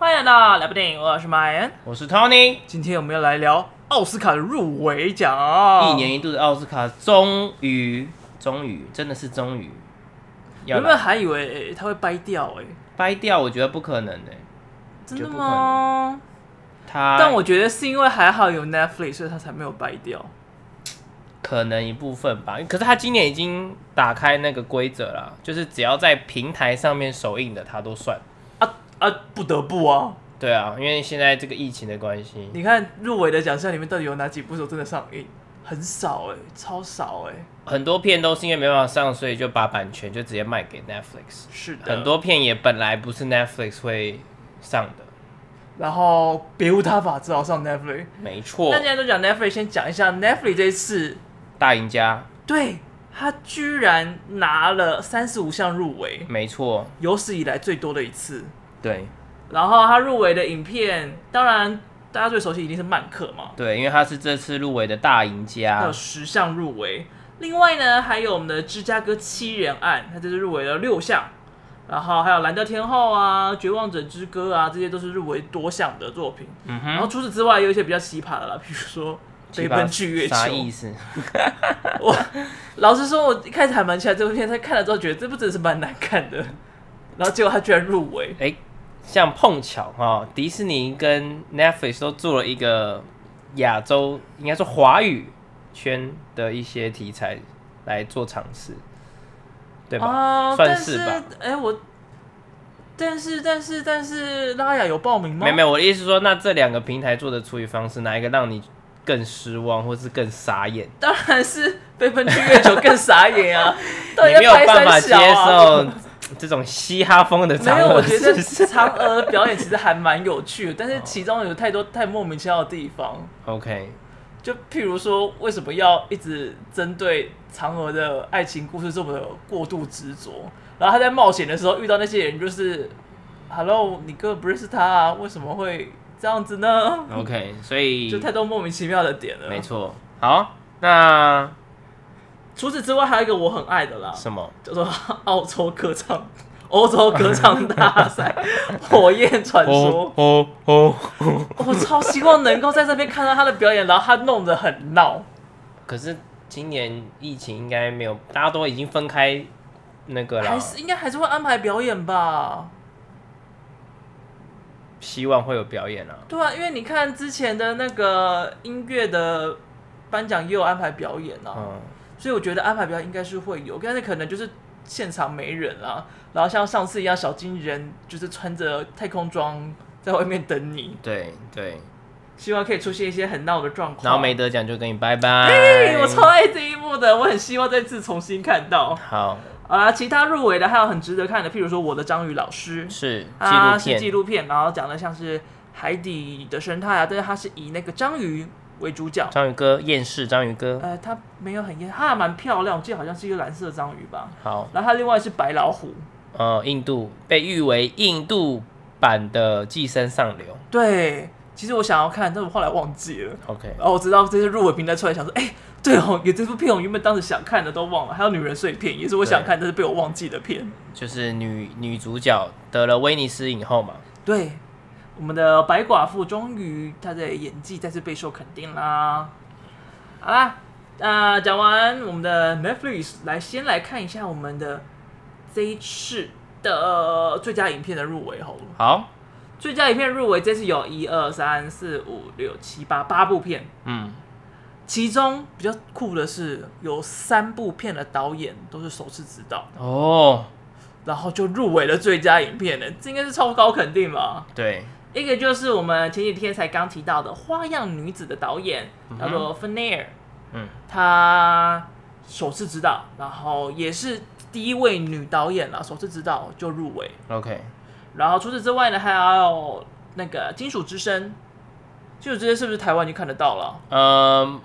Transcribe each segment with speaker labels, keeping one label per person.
Speaker 1: 见啦！来部电影，我是 Ryan。
Speaker 2: 我是 Tony。
Speaker 1: 今天我们要来聊奥斯卡的入围奖，哦
Speaker 2: 一年一度的奥斯卡终于，终于，真的是终于，要
Speaker 1: 原本
Speaker 2: 来
Speaker 1: 还以为、欸他会掰掉、欸，哎，
Speaker 2: 掰掉，我觉得不可能的、
Speaker 1: 真
Speaker 2: 就
Speaker 1: 的
Speaker 2: 不
Speaker 1: 吗？
Speaker 2: 他
Speaker 1: 但我觉得是因为还好有 Netflix，所以他才没有掰掉。
Speaker 2: 可能一部分吧，可是他今年已经打开那个规则了，就是只要在平台上面首映的，他都算。
Speaker 1: 啊啊，不得不啊！
Speaker 2: 对啊，因为现在这个疫情的关系，
Speaker 1: 你看入围的奖项里面到底有哪几部是真的上映？很少哎、欸超少哎、欸
Speaker 2: 很多片都是因为没办法上，所以就把版权就直接卖给 Netflix。
Speaker 1: 是的，
Speaker 2: 很。多片也本来不是 Netflix 会上的，
Speaker 1: 然后别无他法，只好上 Netflix。
Speaker 2: 没错
Speaker 1: 那，既然都讲 Netflix，先讲一下 Netflix 这一次
Speaker 2: 大赢家，
Speaker 1: 对他居然拿了三十五项入围，
Speaker 2: 没错，
Speaker 1: 有史以来最多的一次。
Speaker 2: 对
Speaker 1: 然后他入围的影片，当然大家最熟悉一定是《曼克》嘛，
Speaker 2: 对，因为他是这次入围的大赢
Speaker 1: 他
Speaker 2: 家
Speaker 1: 有，十项入围。另外呢，还有我们的《芝加哥七人案》，他这次入围了六项。然后还有《蓝调天后》啊，《绝望者之歌》啊，这些都是入围多项的作品。
Speaker 2: 嗯
Speaker 1: 然后
Speaker 2: 哼，
Speaker 1: 除此之外，也有一些比较奇葩的啦，比如说《
Speaker 2: 七
Speaker 1: 飞
Speaker 2: 八
Speaker 1: 奔去月球
Speaker 2: 啥》。意思？
Speaker 1: 我老实说，我一开始还蛮期待这部片，但看了之后觉得这部真的是蛮难看的。然后结果他居然入围，
Speaker 2: 哎、像碰巧哈、迪士尼跟 Netflix 都做了一个亚洲，应该说华语圈的一些题材来做尝试，对吧？
Speaker 1: 啊，
Speaker 2: 算
Speaker 1: 但
Speaker 2: 是吧。
Speaker 1: 哎、我，但是但是但是，拉雅有报名吗？
Speaker 2: 没有没有，我的意思是说，那这两个平台做的处理方式，哪一个让你更失望，或是更傻眼？
Speaker 1: 当然是被喷去月球更傻眼 啊！到底
Speaker 2: 你没有
Speaker 1: 在拍
Speaker 2: 办法
Speaker 1: 三
Speaker 2: 接
Speaker 1: 小啊？
Speaker 2: 受这种嘻哈风的
Speaker 1: 没
Speaker 2: 场
Speaker 1: 有，我
Speaker 2: 合，
Speaker 1: 觉
Speaker 2: 是
Speaker 1: 得
Speaker 2: 不是哦
Speaker 1: 嫦娥表演其实还蛮有趣的，但是其中有太多太莫名其妙的地方。
Speaker 2: ？OK，
Speaker 1: 就譬如说，为什么要一直针对嫦娥的爱情故事这么的过度执着？然后他在冒险的时候遇到那些人，就是，Hello，你根本不认识他啊，为什么会这样子呢？
Speaker 2: OK，所以
Speaker 1: 就太多莫名其妙的点了。
Speaker 2: 嗯没。错。好，那
Speaker 1: 除此之外，还有一个我很爱的啦，
Speaker 2: 什么？
Speaker 1: 叫做澳洲歌唱。欧洲歌唱大 赛《火焰传说
Speaker 2: 哦哦。》，
Speaker 1: 我超希望能够在这边看到他的表演，然后他弄得很闹，
Speaker 2: 可是今年疫情应该没有，大家都已经分开那个啦
Speaker 1: 还，是应该还是会安排表演吧？
Speaker 2: 希望会有表演啊。
Speaker 1: 对啊，因为你看之前的那个音乐的颁奖也有安排表演啊，
Speaker 2: 嗯，
Speaker 1: 所以我觉得安排表演应该是会有，但是可能就是现场没人啊，然后像上次一样，小金人就是穿着太空装在外面等你，
Speaker 2: 对对。
Speaker 1: 希望可以出现一些很闹的状况。
Speaker 2: 然后没得奖就跟你拜拜。
Speaker 1: 嘿我超爱这一幕的，我很希望再次重新看到。
Speaker 2: 好
Speaker 1: 好啦，其他入围的还有很值得看的，譬如说我的章鱼老师，
Speaker 2: 是纪
Speaker 1: 它
Speaker 2: 录
Speaker 1: 是纪
Speaker 2: 片，
Speaker 1: 录片，然后讲的像是海底的生态啊，但是它是以那个章鱼为主角。
Speaker 2: 章鱼哥厌世，章鱼哥
Speaker 1: 呃，它没有很艳，它还蛮漂亮，我记得好像是一个蓝色章鱼吧。
Speaker 2: 好，
Speaker 1: 然后它另外是白老虎，
Speaker 2: 呃，印度被誉为印度版的寄生上流。
Speaker 1: 对，其实我想要看，但我后来忘记了。
Speaker 2: OK，
Speaker 1: 然后我知道这些入围名单出来，想说，哎、对哦，有这部片我原本当时想看的都忘了，还有《女人碎片》也是我想看，但是被我忘记的片。
Speaker 2: 就是女女主角得了威尼斯影后嘛，
Speaker 1: 对，我们的白寡妇终于她的演技再次备受肯定啦。好啦，那、讲完我们的 Netflix，来先来看一下我们的这一次的最佳影片的入围好了。
Speaker 2: 好，
Speaker 1: 最佳影片入围这次有一二三四五六七八八部片，
Speaker 2: 嗯，
Speaker 1: 其中比较酷的是有三部片的导演都是首次执导，
Speaker 2: 哦，
Speaker 1: 然后就入围了最佳影片呢，这应该是超高肯定吧？
Speaker 2: 对，
Speaker 1: 一个就是我们前几天才刚提到的《花样女子》的导演，
Speaker 2: 哼
Speaker 1: 叫做芬内尔，
Speaker 2: 嗯，
Speaker 1: 她首次执导，然后也是第一位女导演啊啦，首次执导就入围。
Speaker 2: OK，
Speaker 1: 然后除此之外呢，还有那个《金属之声》，《金属之声》是不是台湾就看得到了？
Speaker 2: 嗯，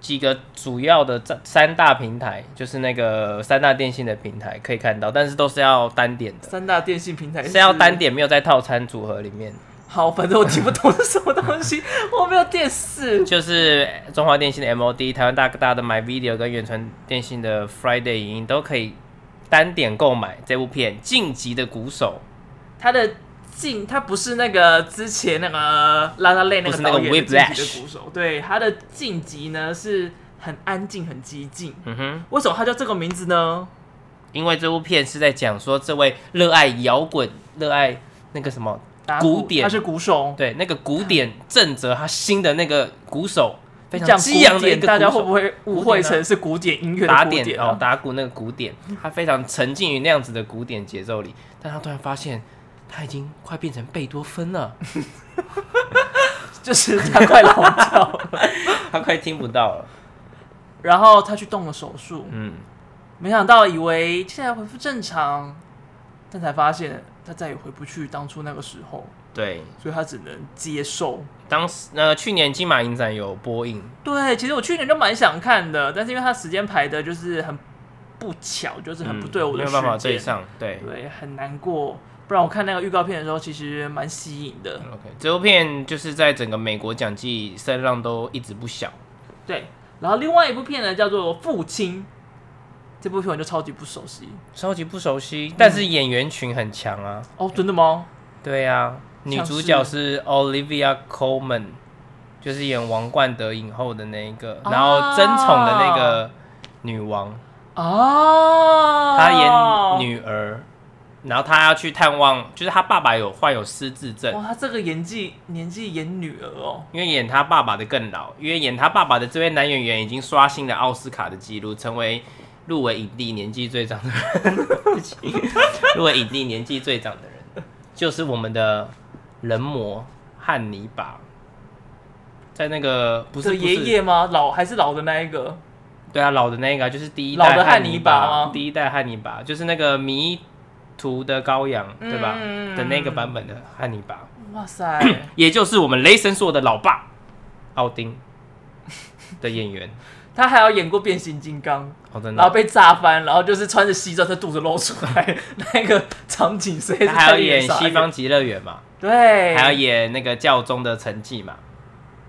Speaker 2: 几个主要的这三大平台，就是那个三大电信的平台可以看到，但是都是要单点的，
Speaker 1: 三大电信平台
Speaker 2: 是要单。点，没有在套餐组合里面。
Speaker 1: 好，反正我听不懂是什么东 西，我没有电视。
Speaker 2: 就是中华电信的 MOD、台湾大哥大的 My Video 跟远传电信的 Friday 影音都可以单点购买这部片《晋级的鼓手
Speaker 1: 它的进他不是那个之前那个拉拉类那
Speaker 2: 不
Speaker 1: 个
Speaker 2: 是那个
Speaker 1: 导演晋级
Speaker 2: Whiplash
Speaker 1: 的鼓手，对他的晋级呢是很安静很激进。
Speaker 2: 嗯哼，
Speaker 1: 为什么他叫这个名字呢？
Speaker 2: 因为这部片是在讲说这位热爱摇滚、热爱那个什么
Speaker 1: 打
Speaker 2: 古典
Speaker 1: 他是鼓手，
Speaker 2: 对，那个古典正则他新的那个鼓手，非
Speaker 1: 讲
Speaker 2: 常
Speaker 1: 古
Speaker 2: 激昂的一
Speaker 1: 典，
Speaker 2: 个
Speaker 1: 大家
Speaker 2: 鼓手
Speaker 1: 会不会误会成是古典音乐的
Speaker 2: 打
Speaker 1: 古
Speaker 2: 点
Speaker 1: 典
Speaker 2: 哦
Speaker 1: 啊？
Speaker 2: 打鼓那个鼓点，他非常沉浸于那样子的古典节奏里，但他突然发现他已经快变成贝多芬了，
Speaker 1: 就是他快老掉 了，
Speaker 2: 他快听不到了。
Speaker 1: 然后他去动了手术，
Speaker 2: 嗯，
Speaker 1: 没想到以为现在恢复正常，但才发现他再也回不去当初那个时候，
Speaker 2: 对，
Speaker 1: 所以他只能接受。
Speaker 2: 当时呃去年金马影展有播映，
Speaker 1: 对，其实我去年就蛮想看的，但是因为他时间排的就是很不巧，就是嗯很不对我
Speaker 2: 嗯没
Speaker 1: 的
Speaker 2: 有
Speaker 1: 时
Speaker 2: 办
Speaker 1: 间，
Speaker 2: 法对上。对
Speaker 1: 对，很难过。不然我看那个预告片的时候，其实蛮吸引的。
Speaker 2: ，OK，这部片就是在整个美国奖季声浪都一直不小。
Speaker 1: 对，然后另外一部片呢叫做《父亲》，这部片我就超级不熟悉。
Speaker 2: 超级不熟悉，但是演员群很强啊。
Speaker 1: 哦，真的吗？
Speaker 2: 对啊，女主角是 Olivia Colman，就是演王冠德影后的那一个，
Speaker 1: 啊
Speaker 2: 然后争宠的那个女王，
Speaker 1: 哦，
Speaker 2: 她演。女儿，然后她要去探望，就是她爸爸有患有失智症，
Speaker 1: 哇，他这个演技年纪演女儿哦，
Speaker 2: 因为演她爸爸的更老，因为演她爸爸的这位男演员已经刷新了奥斯卡的记录，成为入围影帝年纪最长的人，入围影帝年纪最长的人，就是我们的人魔汉尼拔，在那个不是
Speaker 1: 的
Speaker 2: 不是
Speaker 1: 爷爷吗？老还是老的那一个？
Speaker 2: 对啊，老的那个啊就是第一
Speaker 1: 老
Speaker 2: 代
Speaker 1: 的汉尼
Speaker 2: 尼
Speaker 1: 拔吗
Speaker 2: 第一代汉尼拔就是那个迷途的羔羊，对吧？
Speaker 1: 嗯
Speaker 2: 的那个版本的汉尼拔，
Speaker 1: 哇塞，
Speaker 2: 也就是我们雷神索的老爸奥 丁的演员，
Speaker 1: 他还有演过变形金刚，
Speaker 2: 哦，真的
Speaker 1: 然后被炸翻，然后就是穿着西装，他肚子露出来， 那个场景实在是
Speaker 2: 他还要
Speaker 1: 太令
Speaker 2: 演
Speaker 1: 人
Speaker 2: 《
Speaker 1: 傻
Speaker 2: 西方极乐园》嘛，
Speaker 1: 对，
Speaker 2: 还要演那个教宗的成绩嘛，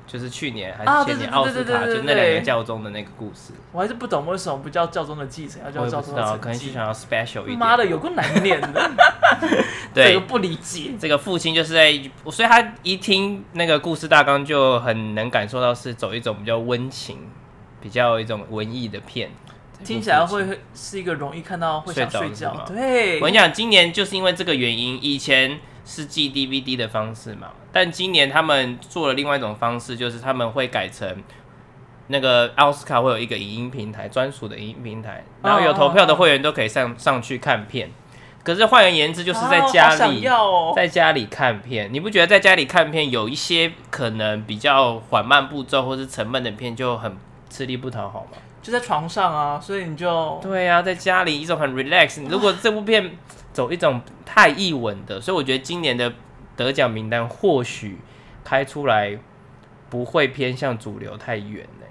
Speaker 2: 就是去年还
Speaker 1: 啊
Speaker 2: 是
Speaker 1: 对
Speaker 2: 前
Speaker 1: 对
Speaker 2: 年
Speaker 1: 对
Speaker 2: 奥斯
Speaker 1: 对对
Speaker 2: 卡，
Speaker 1: 对
Speaker 2: 就
Speaker 1: 对
Speaker 2: 那两
Speaker 1: 对
Speaker 2: 个教宗的那个故事，
Speaker 1: 我还是不懂为什么不叫教宗的继承，要
Speaker 2: 我
Speaker 1: 叫
Speaker 2: 也
Speaker 1: 教
Speaker 2: 不知
Speaker 1: 宗
Speaker 2: 道，
Speaker 1: 的
Speaker 2: 可能
Speaker 1: 承
Speaker 2: 就
Speaker 1: 继。
Speaker 2: 想要 special 一点。
Speaker 1: 妈的，有个难念的，这
Speaker 2: 对
Speaker 1: 个，不理解。
Speaker 2: 这个父亲就是在，所以他一听那个故事大纲就很能感受到是走一种比较温情、比较一种文艺的片。
Speaker 1: 听起来
Speaker 2: 这部父
Speaker 1: 会是一个容易看到会
Speaker 2: 睡
Speaker 1: 想
Speaker 2: 着
Speaker 1: 睡
Speaker 2: 是
Speaker 1: 觉
Speaker 2: 吗，
Speaker 1: 对
Speaker 2: 亲，我跟你讲，今年就是因为这个原因，以前是寄 DVD 的方式嘛，但今年他们做了另外一种方式，就是他们会改成。那个奥斯卡会有一个影音平台，专属的影音平台，然
Speaker 1: 哦
Speaker 2: 后有投票的会员都可以上上去看片。可是换言言之，就是在
Speaker 1: 啊
Speaker 2: 家
Speaker 1: 好想
Speaker 2: 里，
Speaker 1: 要哦，
Speaker 2: 在家里看片，你不觉得在家里看片有一些可能比较缓慢步骤或是沉闷的片就很吃力不讨好吗？
Speaker 1: 就在床上啊，所以你就
Speaker 2: 对啊，在家里一种很 relax。如果这部片走一种太译文的，所以我觉得今年的得奖名单或许开出来不会偏向主流太远呢、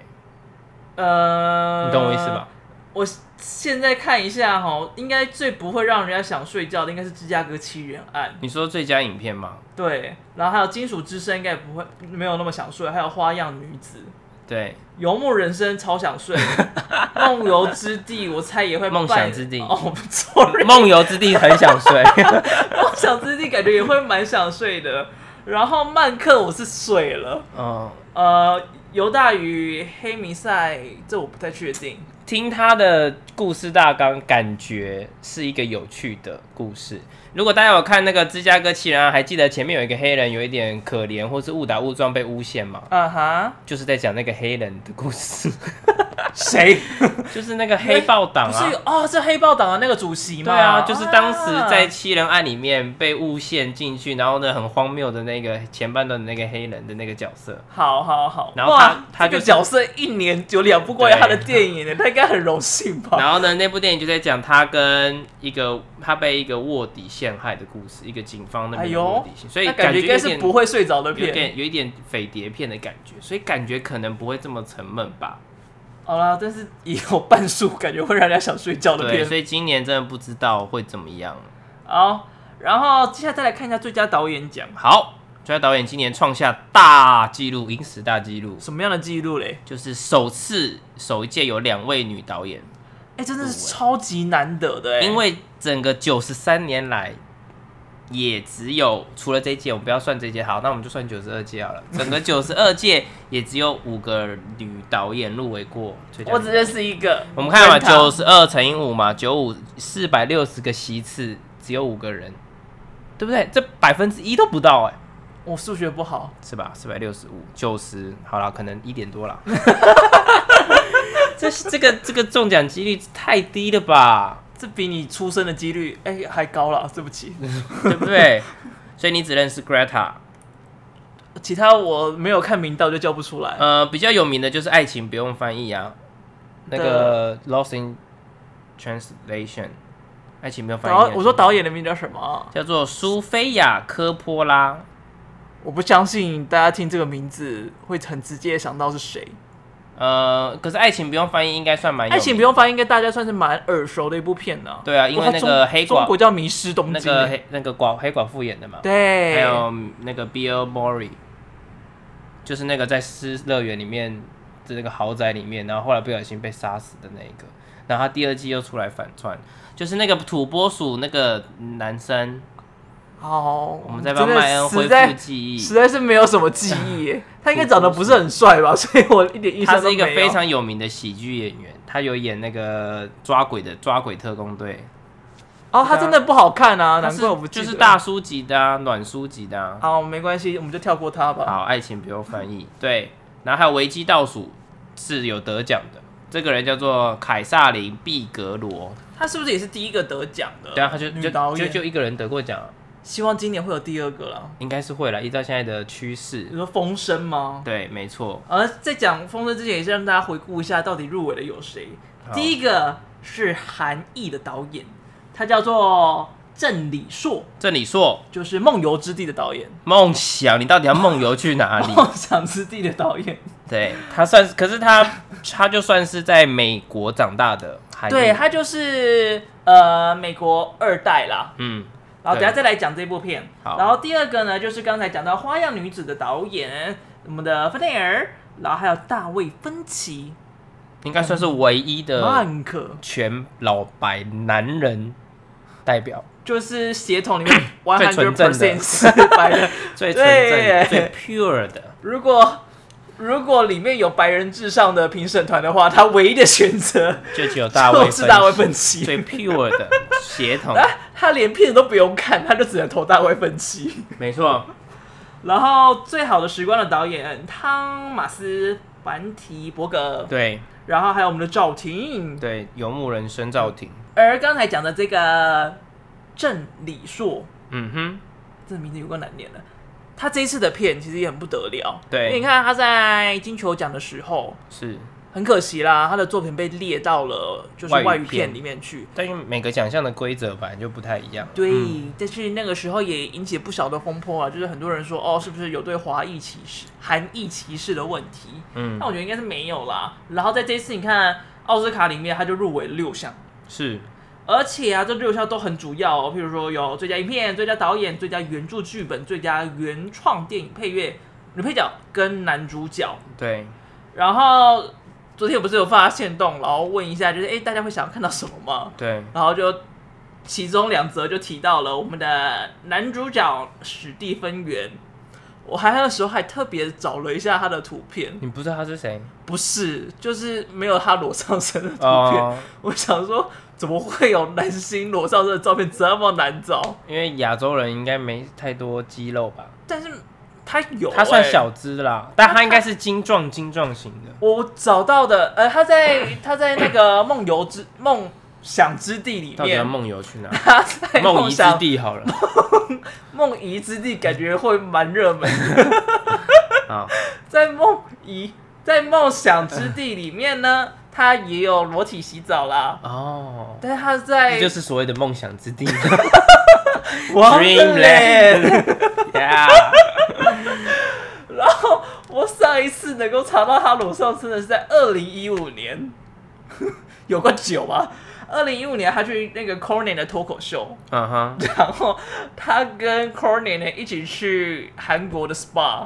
Speaker 1: 呃，
Speaker 2: 你懂我意思吧？？
Speaker 1: 我现在看一下哈，应该最不会让人家想睡觉的应该是《芝加哥七人案》，
Speaker 2: 你说最佳影片吗？
Speaker 1: 对，然后还有《金属之声》应该也不会没有那么想睡，还有《花样女子》。
Speaker 2: 对，
Speaker 1: 游牧人生超想 睡，梦游之地我猜也会
Speaker 2: 梦
Speaker 1: 扮
Speaker 2: 想之地
Speaker 1: 哦，sorry，
Speaker 2: 《 梦游之地》很想 睡。
Speaker 1: 梦想之地感觉也会蛮想睡的。然后曼克我是睡了，
Speaker 2: 嗯，
Speaker 1: 呃，犹大与黑弥赛这我不太确定，
Speaker 2: 听他的故事大纲，感觉是一个有趣的故事。如果大家有看那个《芝加哥七人案》，还记得前面有一个黑人有一点可怜，或是误打误撞被诬陷嘛？
Speaker 1: 啊哈，
Speaker 2: 就是在讲那个黑人的故事，
Speaker 1: 谁？
Speaker 2: 就是那个黑豹党
Speaker 1: 不是
Speaker 2: 啊
Speaker 1: 有。哦，是黑豹党的那个主席
Speaker 2: 对
Speaker 1: 吗？
Speaker 2: 啊，就是当时在
Speaker 1: 啊
Speaker 2: 七人案里面被诬陷进去，然后呢很荒谬的那个前半段的那个黑人的那个角色，
Speaker 1: 好好好，
Speaker 2: 然后
Speaker 1: 哇
Speaker 2: 他他
Speaker 1: 这
Speaker 2: 就
Speaker 1: 个
Speaker 2: 是
Speaker 1: 角色一年有两部关于
Speaker 2: 对
Speaker 1: 他的电影呢，他应该很荣幸吧？
Speaker 2: 然后呢，那部电影就在讲他跟一个他被一个卧底陷害的故事，一个警方那
Speaker 1: 哎
Speaker 2: 边的
Speaker 1: 呦
Speaker 2: 卧底陷，所以
Speaker 1: 那感觉
Speaker 2: 觉
Speaker 1: 应该
Speaker 2: 有
Speaker 1: 是
Speaker 2: 点
Speaker 1: 不会睡着的
Speaker 2: 有
Speaker 1: 片。
Speaker 2: 点有一点匪谍片的感觉，所以感觉可能不会这么沉闷吧。
Speaker 1: 好啦，但是也有半数感觉会让人家想睡觉的
Speaker 2: 对，
Speaker 1: 片。
Speaker 2: 所以今年真的不知道会怎么样。
Speaker 1: 好，然后接下来再来看一下最佳导演奖，
Speaker 2: 好，最佳导演今年创下大纪录，影史大纪录，
Speaker 1: 什么样的记录嘞？
Speaker 2: 就是首次首一届有两位女导演，
Speaker 1: 哎、真的是超级难得的哎、
Speaker 2: 因为整个九十三年来也只有除了这一届，我们不要算这一届，好，那我们就算九十二届好了。整个九十二届也只有五个女导演入围过最佳
Speaker 1: 我
Speaker 2: 女
Speaker 1: 只认识一个。
Speaker 2: 我们看嘛，
Speaker 1: 跟他
Speaker 2: 九十二乘以五嘛，九五四百六十个席次，只有五个人，对不对？这百分之一都不到哎、
Speaker 1: 我哦数学不好，
Speaker 2: 是吧？四百六十五，九十，好啦，可能一 点多啦。这这个这个中奖几率太低了吧，
Speaker 1: 这比你出生的几率哎、还高了，对不起。
Speaker 2: 对不对？所以你只认识 Greta，
Speaker 1: 其他我没有看明道就叫不出来。
Speaker 2: 呃，比较有名的就是《爱情不用翻译》啊，那个《Lost in Translation》，《爱情不用翻译
Speaker 1: 导、》。我说导
Speaker 2: 演
Speaker 1: 演的名叫什么啊？
Speaker 2: 叫做苏菲亚科波拉，
Speaker 1: 我不相信大家听这个名字会很直接想到是谁。
Speaker 2: 呃，可是爱情不用翻译，应该算蛮有
Speaker 1: 爱情
Speaker 2: 名
Speaker 1: 不用翻，应该大家算是蛮耳熟的一部片呢、
Speaker 2: 对啊，因为
Speaker 1: 哇
Speaker 2: 那
Speaker 1: 中
Speaker 2: 个黑
Speaker 1: 中国
Speaker 2: 寡
Speaker 1: 叫《迷失东
Speaker 2: 那
Speaker 1: 京
Speaker 2: 个
Speaker 1: 欸》
Speaker 2: 黑那个寡黑寡妇演的嘛，
Speaker 1: 对，
Speaker 2: 还有那个 Bill Murray，就是那个在失乐园里面的那个豪宅里面，然后后来不小心被杀死的那一个，然后他第二季又出来反串，就是那个土拨鼠那个男生，
Speaker 1: 好，
Speaker 2: 我
Speaker 1: 我
Speaker 2: 们在帮麦恩恢
Speaker 1: 实在
Speaker 2: 复记
Speaker 1: 实
Speaker 2: 忆。
Speaker 1: 在是没有什么记忆 耶。他应该长得不是很帅吧，所以我一点印
Speaker 2: 他
Speaker 1: 象都
Speaker 2: 是
Speaker 1: 没
Speaker 2: 一个
Speaker 1: 有。
Speaker 2: 非常有名的喜剧演员，他有演那个抓鬼的抓鬼特工队，
Speaker 1: 哦，他真的不好看啊，
Speaker 2: 他
Speaker 1: 难
Speaker 2: 是
Speaker 1: 怪我不记
Speaker 2: 就
Speaker 1: 得
Speaker 2: 是大叔级的啊，暖叔级的啊。
Speaker 1: 好，没关系，我们就跳过他吧。
Speaker 2: 好，爱情不用翻译。对，然后还有维基倒数是有得奖的，这个人叫做凯撒琳·毕格罗，
Speaker 1: 他是不是也是第一个得奖的？
Speaker 2: 对啊，他就
Speaker 1: 呃女
Speaker 2: 就
Speaker 1: 导
Speaker 2: 就
Speaker 1: 演
Speaker 2: 就一个人得过奖啊，
Speaker 1: 希望今年会有第二个啦。
Speaker 2: 应该是会了，依照现在的趋势
Speaker 1: 你。说风声吗？
Speaker 2: 对，没错，
Speaker 1: 而在讲风声之前，也是让大家回顾一下到底入围的有谁。
Speaker 2: 好
Speaker 1: 第一个是韩裔的导演，他叫做郑李硕，
Speaker 2: 郑李硕、
Speaker 1: 就是《梦游之地》的导演，
Speaker 2: 梦想，你到底要梦游去哪里？
Speaker 1: 《梦想之地》的导演。
Speaker 2: 对他算是，可是他他就算是在美国长大的韩裔，
Speaker 1: 对，他就是呃美国二代啦。
Speaker 2: 嗯，
Speaker 1: 然后等下
Speaker 2: 对
Speaker 1: 再来讲这部片。
Speaker 2: 好
Speaker 1: 然后第二个呢，就是刚才讲到《花样女子》的导演，我们的芬内尔，然后还有大卫芬奇、
Speaker 2: 应该算是唯一的
Speaker 1: 曼可，
Speaker 2: 全老白男人代表，
Speaker 1: 就是血统里面 one
Speaker 2: 最
Speaker 1: hundred
Speaker 2: 纯正的
Speaker 1: percent 是白人。
Speaker 2: 最纯正
Speaker 1: 对
Speaker 2: 的、最 pure 的。
Speaker 1: 如果如果里面有白人至上的评审团的话，他唯一的选择
Speaker 2: 就只有大卫
Speaker 1: 就
Speaker 2: 芬奇，
Speaker 1: 是大卫芬奇。
Speaker 2: 最 pure 的血统，
Speaker 1: 他啊他连片子都不用看，他就只能投大卫芬奇。
Speaker 2: 没错。
Speaker 1: 然后《最好的时光》的导演汤马斯·凡提伯格，
Speaker 2: 对
Speaker 1: 然后还有我们的赵婷，
Speaker 2: 对，游牧人生赵婷，
Speaker 1: 而刚才讲的这个郑李硕，
Speaker 2: 嗯哼，
Speaker 1: 这名字有个难念的。他这一次的片其实也很不得了，
Speaker 2: 对
Speaker 1: 因为你看他在金球奖的时候，
Speaker 2: 是。
Speaker 1: 很可惜啦，他的作品被列到了就是
Speaker 2: 外语
Speaker 1: 外语
Speaker 2: 片
Speaker 1: 片里面去。
Speaker 2: 但因为每个奖项的规则本来就不太一样，
Speaker 1: 对，
Speaker 2: 嗯
Speaker 1: 但是那个时候也引起不小的风波啊，就是很多人说哦，是不是有对华裔歧视、韩裔歧视的问题？
Speaker 2: 嗯
Speaker 1: 那我觉得应该是没有啦。然后在这一次，你看奥斯卡里面，他就入围了六项，
Speaker 2: 是
Speaker 1: 而且啊，这六项都很主要哦，譬如说有最佳影片、最佳导演、最佳原著剧本、最佳原创电影配乐、女配角跟男主角。
Speaker 2: 对，
Speaker 1: 然后昨天我不是有发现动，然后问一下，就是哎，诶大家会想要看到什么吗？
Speaker 2: 对，
Speaker 1: 然后就其中两则就提到了我们的男主角史蒂芬源。我还那时候还特别找了一下他的图片，
Speaker 2: 你不知道他是谁
Speaker 1: 不是，就是没有他裸上身的图片。
Speaker 2: 哦，
Speaker 1: 我想说，怎么会有男星裸上身的照片这么难找？
Speaker 2: 因为亚洲人应该没太多肌肉吧，
Speaker 1: 但是他有、
Speaker 2: 他算
Speaker 1: 欸
Speaker 2: 小只啦，但他应该是精壮精壮型的，
Speaker 1: 我找到的，呃，他在他在那个梦游之梦想之地里
Speaker 2: 到底要
Speaker 1: 面，
Speaker 2: 梦游去哪？
Speaker 1: 他在
Speaker 2: 梦
Speaker 1: 梦
Speaker 2: 遗之
Speaker 1: 想
Speaker 2: 地好了，
Speaker 1: 梦遗之地，感觉会蛮热门的。
Speaker 2: 好，
Speaker 1: 在梦遗在梦想之地里面呢， 他也有裸体洗澡啦，
Speaker 2: 哦，
Speaker 1: 但是他
Speaker 2: 这
Speaker 1: 在
Speaker 2: 就是所谓的梦想之 地。
Speaker 1: 哇
Speaker 2: Dreamland Yeah
Speaker 1: 然后我上一次能够查到他裸上身的是在二零一五年， 有个久吗？二零一五年他去那个 Corning 的脱口秀，
Speaker 2: 嗯哼，
Speaker 1: 然后他跟 Corning 呢一起去韩国的 SPA，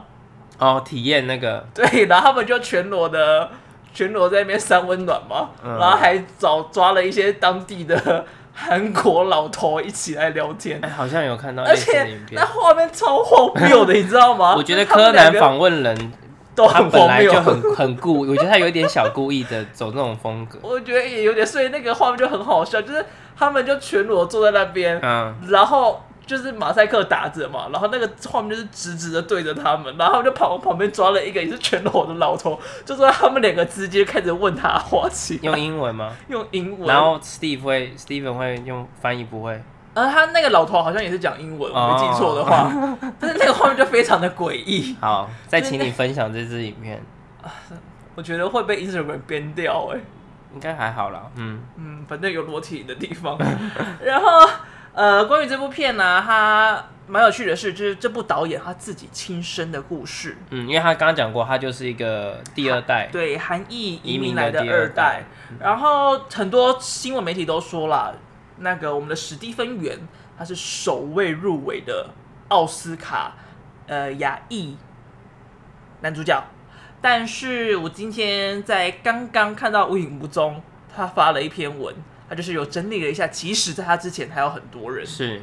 Speaker 2: 哦，体验那个
Speaker 1: 对，然后他们就全裸的全裸在那边三温暖嘛，
Speaker 2: 嗯
Speaker 1: 然后还找抓了一些当地的韩国老头一起来聊天
Speaker 2: 哎、，好像有看到
Speaker 1: 而
Speaker 2: 类似的
Speaker 1: 且
Speaker 2: 影片
Speaker 1: 那。画面超荒谬的，你知道吗？
Speaker 2: 我觉得
Speaker 1: 他们
Speaker 2: 柯
Speaker 1: 两
Speaker 2: 南
Speaker 1: 个
Speaker 2: 访问人，
Speaker 1: 都
Speaker 2: 他
Speaker 1: 很
Speaker 2: 本
Speaker 1: 荒
Speaker 2: 来
Speaker 1: 谬
Speaker 2: 就，很很故意， 我觉得他有一点小故意的走那种风格。
Speaker 1: 我觉得也有点，所以那个画面就很好笑，就是他们就全裸坐在那边，
Speaker 2: 嗯，
Speaker 1: 然后就是马赛克打着嘛，然后那个画面就是直直的对着他们，然后他们就跑旁边抓了一个也是全裸的老头，就说他们两个直接开始问他话起，
Speaker 2: 用英文吗？
Speaker 1: 用英文，
Speaker 2: 然后 Steve 会，Steven 会用翻译不会。
Speaker 1: 呃，他那个老头好像也是讲英文，我没
Speaker 2: 哦
Speaker 1: 记错的 话，但是那个画面就非常的诡异，
Speaker 2: 好，再请你分享这支影片，
Speaker 1: 我觉得会被 Instagram 编掉哎、
Speaker 2: 应该还好啦。嗯，
Speaker 1: 嗯，反正有裸体的地 方。然后呃，关于这部片呢、它蛮有趣的是，就是这部导演他自己亲身的故事，
Speaker 2: 嗯，因为他刚刚讲过，他就是一个第二代，
Speaker 1: 对韩裔移
Speaker 2: 移
Speaker 1: 民
Speaker 2: 民
Speaker 1: 来
Speaker 2: 的
Speaker 1: 的
Speaker 2: 第
Speaker 1: 二
Speaker 2: 二代
Speaker 1: 代。嗯然后很多新闻媒体都说了，那个我们的史蒂芬元他是首位入围的奥斯卡呃亚裔男主角，但是我今天在刚刚看到无影无踪，他发了一篇文。他就是有整理了一下，其实在他之前还有很多人，
Speaker 2: 是，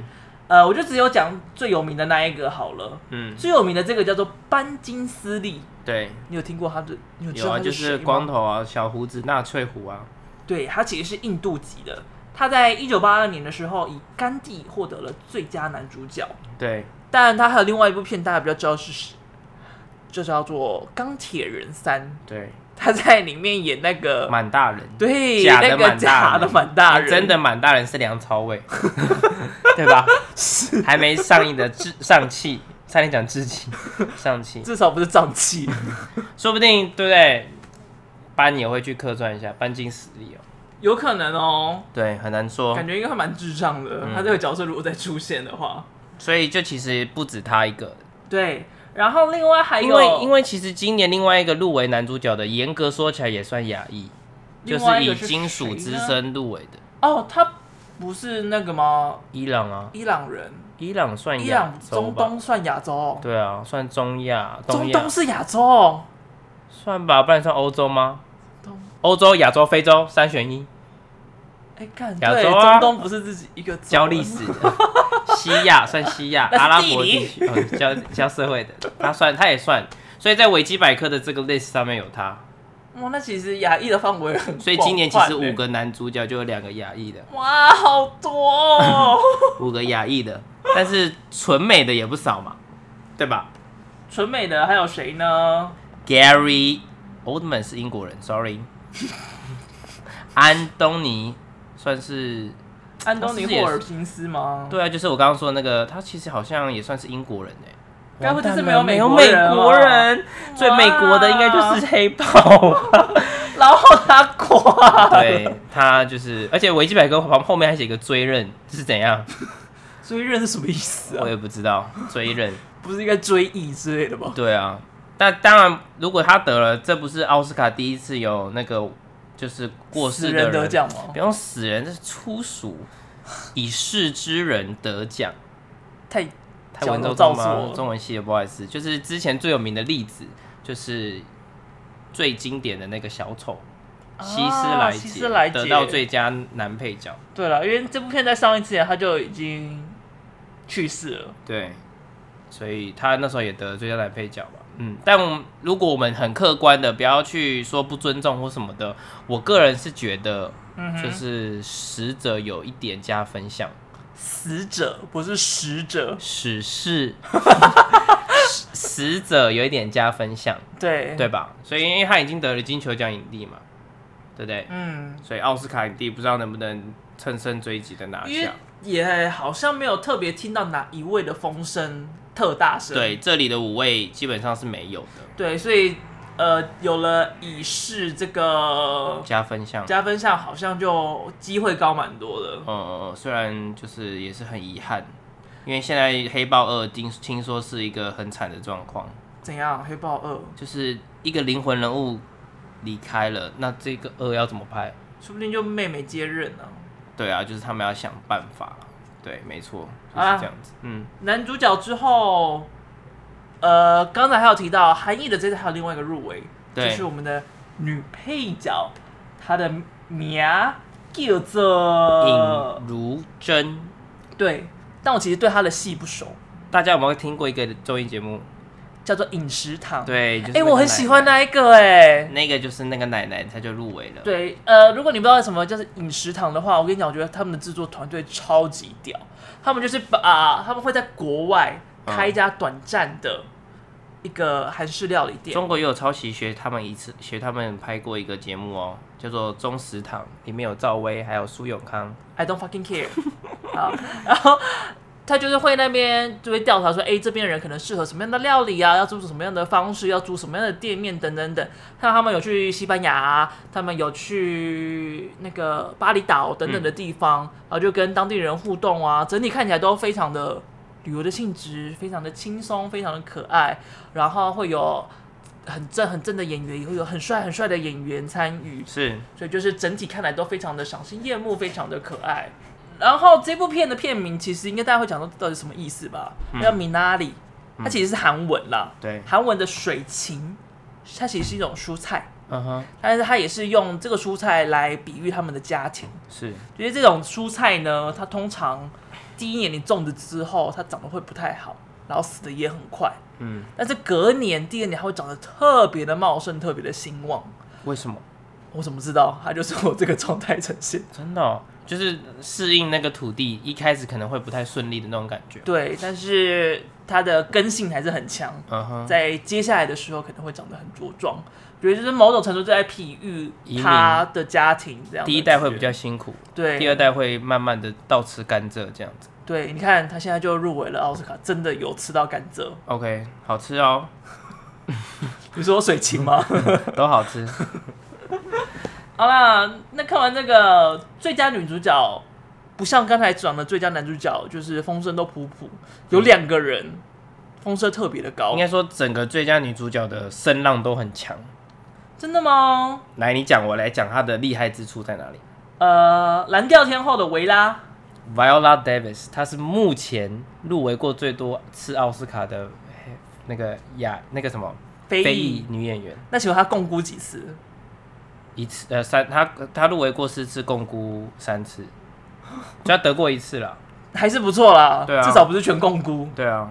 Speaker 1: 呃，我就只有讲最有名的那一个好了。
Speaker 2: 嗯，
Speaker 1: 最有名的这个叫做班金斯利，
Speaker 2: 对，
Speaker 1: 你有听过他的？你有知
Speaker 2: 有
Speaker 1: 道
Speaker 2: 啊，
Speaker 1: 他
Speaker 2: 就是
Speaker 1: 谁
Speaker 2: 是
Speaker 1: 吗
Speaker 2: 光头啊，小胡子，纳粹胡啊，
Speaker 1: 对，他其实是印度籍的。他在一九八二年的时候以《甘地》获得了最佳男主角，
Speaker 2: 对，
Speaker 1: 但他还有另外一部片大家比较知道是，就叫做《钢铁人三》，
Speaker 2: 对，
Speaker 1: 他在里面演那个
Speaker 2: 满大人，
Speaker 1: 对
Speaker 2: 假的
Speaker 1: 那个
Speaker 2: 满大
Speaker 1: 假
Speaker 2: 人
Speaker 1: 的满大人，
Speaker 2: 真的满大人是梁朝伟， 对吧？ 是，还没上映的志上气，差点讲志气，上 气，
Speaker 1: 至少不是胀气。
Speaker 2: 说不定对不对？班也会去客串一下，搬进实力哦。
Speaker 1: 有可能哦，
Speaker 2: 对，很难说
Speaker 1: 感。觉应该会蛮智障的。
Speaker 2: 嗯
Speaker 1: 他这个角色如果再出现的话，
Speaker 2: 所以就其实不止他一个，
Speaker 1: 对。然后另外还有，
Speaker 2: 哎因为因为其实今年另外一个入围男主角的，严格说起来也算亚裔，就
Speaker 1: 另外一
Speaker 2: 以
Speaker 1: 个
Speaker 2: 金属
Speaker 1: 谁
Speaker 2: 之
Speaker 1: 呢
Speaker 2: 声入围的
Speaker 1: 哦，他不是那个吗？
Speaker 2: 伊朗啊，
Speaker 1: 伊朗人，
Speaker 2: 伊朗算
Speaker 1: 伊
Speaker 2: 亚
Speaker 1: 朗、
Speaker 2: 洲
Speaker 1: 中
Speaker 2: 吧？
Speaker 1: 东算亚洲哦，
Speaker 2: 对啊，算中亚，
Speaker 1: 中
Speaker 2: 亚
Speaker 1: 东是亚洲哦，
Speaker 2: 算吧，不然算欧洲吗？
Speaker 1: 东
Speaker 2: 欧洲、亚洲、非洲三选一，
Speaker 1: 哎看
Speaker 2: 亚
Speaker 1: 对，
Speaker 2: 洲啊
Speaker 1: 中东不是自己一个洲
Speaker 2: 教历史 的西亚算西亚，
Speaker 1: 那是
Speaker 2: 阿拉
Speaker 1: 地
Speaker 2: 伯
Speaker 1: 理
Speaker 2: 地区、哦、教教社会的，他算他也算，所以在维基百科的这个 list 上面有他，
Speaker 1: 哇，那其实亚裔的范围很广泛欸，
Speaker 2: 所以今年其实五个男主角就有两个亚裔的，
Speaker 1: 哇，好多 哦，
Speaker 2: 五个亚裔的，但是纯美的也不少嘛，对吧
Speaker 1: 纯美的还有谁呢？
Speaker 2: ？Gary Oldman 是英国人，sorry，安东尼算是
Speaker 1: 安东尼
Speaker 2: 他是不是也是
Speaker 1: 霍尔金斯吗？，
Speaker 2: 对啊，就是我刚刚说的那个，他其实好像也算是英国人哎、
Speaker 1: 该不会就是没有
Speaker 2: 完
Speaker 1: 美
Speaker 2: 蛋了
Speaker 1: 国
Speaker 2: 没有
Speaker 1: 人
Speaker 2: 美
Speaker 1: 哦
Speaker 2: 国人，最美国的应该就是黑豹 吧？
Speaker 1: 然后他啊挂，
Speaker 2: 对，他就是，而且维基百科旁后面还写一个追认是怎样，
Speaker 1: 追认是什么意思
Speaker 2: 我
Speaker 1: 啊？
Speaker 2: 也不知道追认。
Speaker 1: 不是应该追忆之类的吗？
Speaker 2: 对啊，但当然，如果他得了，这不是奥斯卡第一次有那个就是过世
Speaker 1: 死
Speaker 2: 的
Speaker 1: 人得奖吗
Speaker 2: 不？用死人，这是粗俗，以世之人得奖。
Speaker 1: 太
Speaker 2: 太
Speaker 1: 矫
Speaker 2: 文绉绉
Speaker 1: 揉造作
Speaker 2: 吗？
Speaker 1: 了
Speaker 2: 中文系的不好意思，就是之前最有名的例子，就是最经典的那个小丑希斯
Speaker 1: 啊
Speaker 2: 莱
Speaker 1: 希
Speaker 2: 杰
Speaker 1: 斯莱杰
Speaker 2: 得到最佳男配角。
Speaker 1: 对了，因为这部片在上映之前他就已经去世了。
Speaker 2: 对，所以他那时候也得了最佳男配角吧。嗯，但我们如果我们很客观的，不要去说不尊重或什么的，我个人是觉得，
Speaker 1: 嗯哼
Speaker 2: 就是死者有一点加分项，
Speaker 1: 死者不是使者，
Speaker 2: 死 是死者有一点加分项。
Speaker 1: 对
Speaker 2: 对，吧？所以因为他已经得了金球奖影帝嘛，对不对？
Speaker 1: 嗯，
Speaker 2: 所以奥斯卡影帝不知道能不能乘胜追击的拿
Speaker 1: 因为
Speaker 2: 下。
Speaker 1: 也好像没有特别听到哪一位的风声特大声，
Speaker 2: 对，这里的五位基本上是没有的
Speaker 1: 对，所以呃，有了以示这个
Speaker 2: 加分项。嗯
Speaker 1: 加分项，好像就机会高蛮多的。
Speaker 2: 嗯嗯，虽然就是也是很遗憾，因为现在《黑豹二》听听说是一个很惨的状况，
Speaker 1: 怎样？黑豹二，
Speaker 2: 就是一个灵魂人物离开了，那这个二要怎么拍？
Speaker 1: 说不定就妹妹接任呢、
Speaker 2: 对啊，就是他们要想办法啦。对，没错，就是
Speaker 1: 啊
Speaker 2: 这样子。嗯，
Speaker 1: 男主角之后，呃，刚才还有提到韩裔的这次还有另外一个入围，就
Speaker 2: 对
Speaker 1: 是我们的女配角，她的名啊叫做
Speaker 2: 尹如珍，
Speaker 1: 对，但我其实对他的戏不熟，
Speaker 2: 大家有没有听过一个综艺节目？
Speaker 1: 叫做《饮食堂》。
Speaker 2: 对，就是
Speaker 1: 哎、
Speaker 2: 那个
Speaker 1: 我很
Speaker 2: 奶
Speaker 1: 喜欢那一个哎、
Speaker 2: 那个，就是那个奶奶，她就入围了。
Speaker 1: 对，呃，如果你不知道什么叫是饮食堂的话，我跟你讲，我觉得他们的制作团队超级屌，他们就是把他们会在国外
Speaker 2: 嗯
Speaker 1: 开一家短暂的一个韩式料理店。
Speaker 2: 中国也有抄袭学他们一次，学他们拍过一个节目哦，叫做《中食堂》，里面有赵薇，还有苏永康。
Speaker 1: I don't fucking care 啊，然后他就是会那边就会调查说，哎、这边人可能适合什么样的料理啊，要做出什么样的方式，要租什么样的店面等等等。像他们有去西班牙、他们有去那个巴厘岛等等的地方，然后就跟当地人互动啊，整体看起来都非常的旅游的性质，非常的轻松，非常的可爱，然后会有。很正很正的演员，也会有很帅很帅的演员参与，
Speaker 2: 是，
Speaker 1: 所以就是整体看来都非常的赏心悦目，非常的可爱。然后这部片的片名其实应该大家会讲到到底什么意思吧？叫《米拉里》，它其实是韩文啦，
Speaker 2: 对，
Speaker 1: 韩文的水芹，它其实是一种蔬菜，
Speaker 2: 嗯哼，
Speaker 1: 但是它也是用这个蔬菜来比喻他们的家庭。
Speaker 2: 是，
Speaker 1: 就是这种蔬菜呢，它通常第一年你种了之后，它长得会不太好，然后死的也很快。
Speaker 2: 嗯，
Speaker 1: 但是隔年、第二年它会长得特别的茂盛，特别的兴旺。
Speaker 2: 为什么？
Speaker 1: 我怎么知道？它就是我这个状态呈现。
Speaker 2: 真的、哦，就是适应那个土地，一开始可能会不太顺利的那种感觉。
Speaker 1: 对，但是它的根性还是很强，
Speaker 2: 嗯哼，
Speaker 1: 在接下来的时候可能会长得很茁壮。我觉得就是某种程度在譬喻
Speaker 2: 移民
Speaker 1: 他的家庭这样的感觉。
Speaker 2: 第一代会比较辛苦，
Speaker 1: 对，
Speaker 2: 第二代会慢慢的倒吃甘蔗这样子。
Speaker 1: 对，你看他现在就入围了奥斯卡，真的有吃到甘蔗。
Speaker 2: OK，好吃哦，
Speaker 1: 你说我水芹吗？
Speaker 2: 都好吃。
Speaker 1: 好啦，那看完这个最佳女主角，不像刚才讲的最佳男主角，就是风声都普普，有两个人风声特别的高
Speaker 2: 嗯应。该说整个最佳女主角的声浪都很强。
Speaker 1: 真的吗？
Speaker 2: 来，你讲，我来讲她的厉害之处在哪里。
Speaker 1: 呃，蓝调天后的维拉，
Speaker 2: Viola Davis，她是目前入围过最多次奥斯卡的嘿那个亚那个什么
Speaker 1: 非
Speaker 2: 非
Speaker 1: 裔
Speaker 2: 裔女演员，
Speaker 1: 那请问他共估几次？
Speaker 2: 一次呃三，她她入围过四次，共估三次，就她得过一次了。
Speaker 1: 还是不错啦，
Speaker 2: 对啊
Speaker 1: 至少不是全共估。
Speaker 2: 对啊，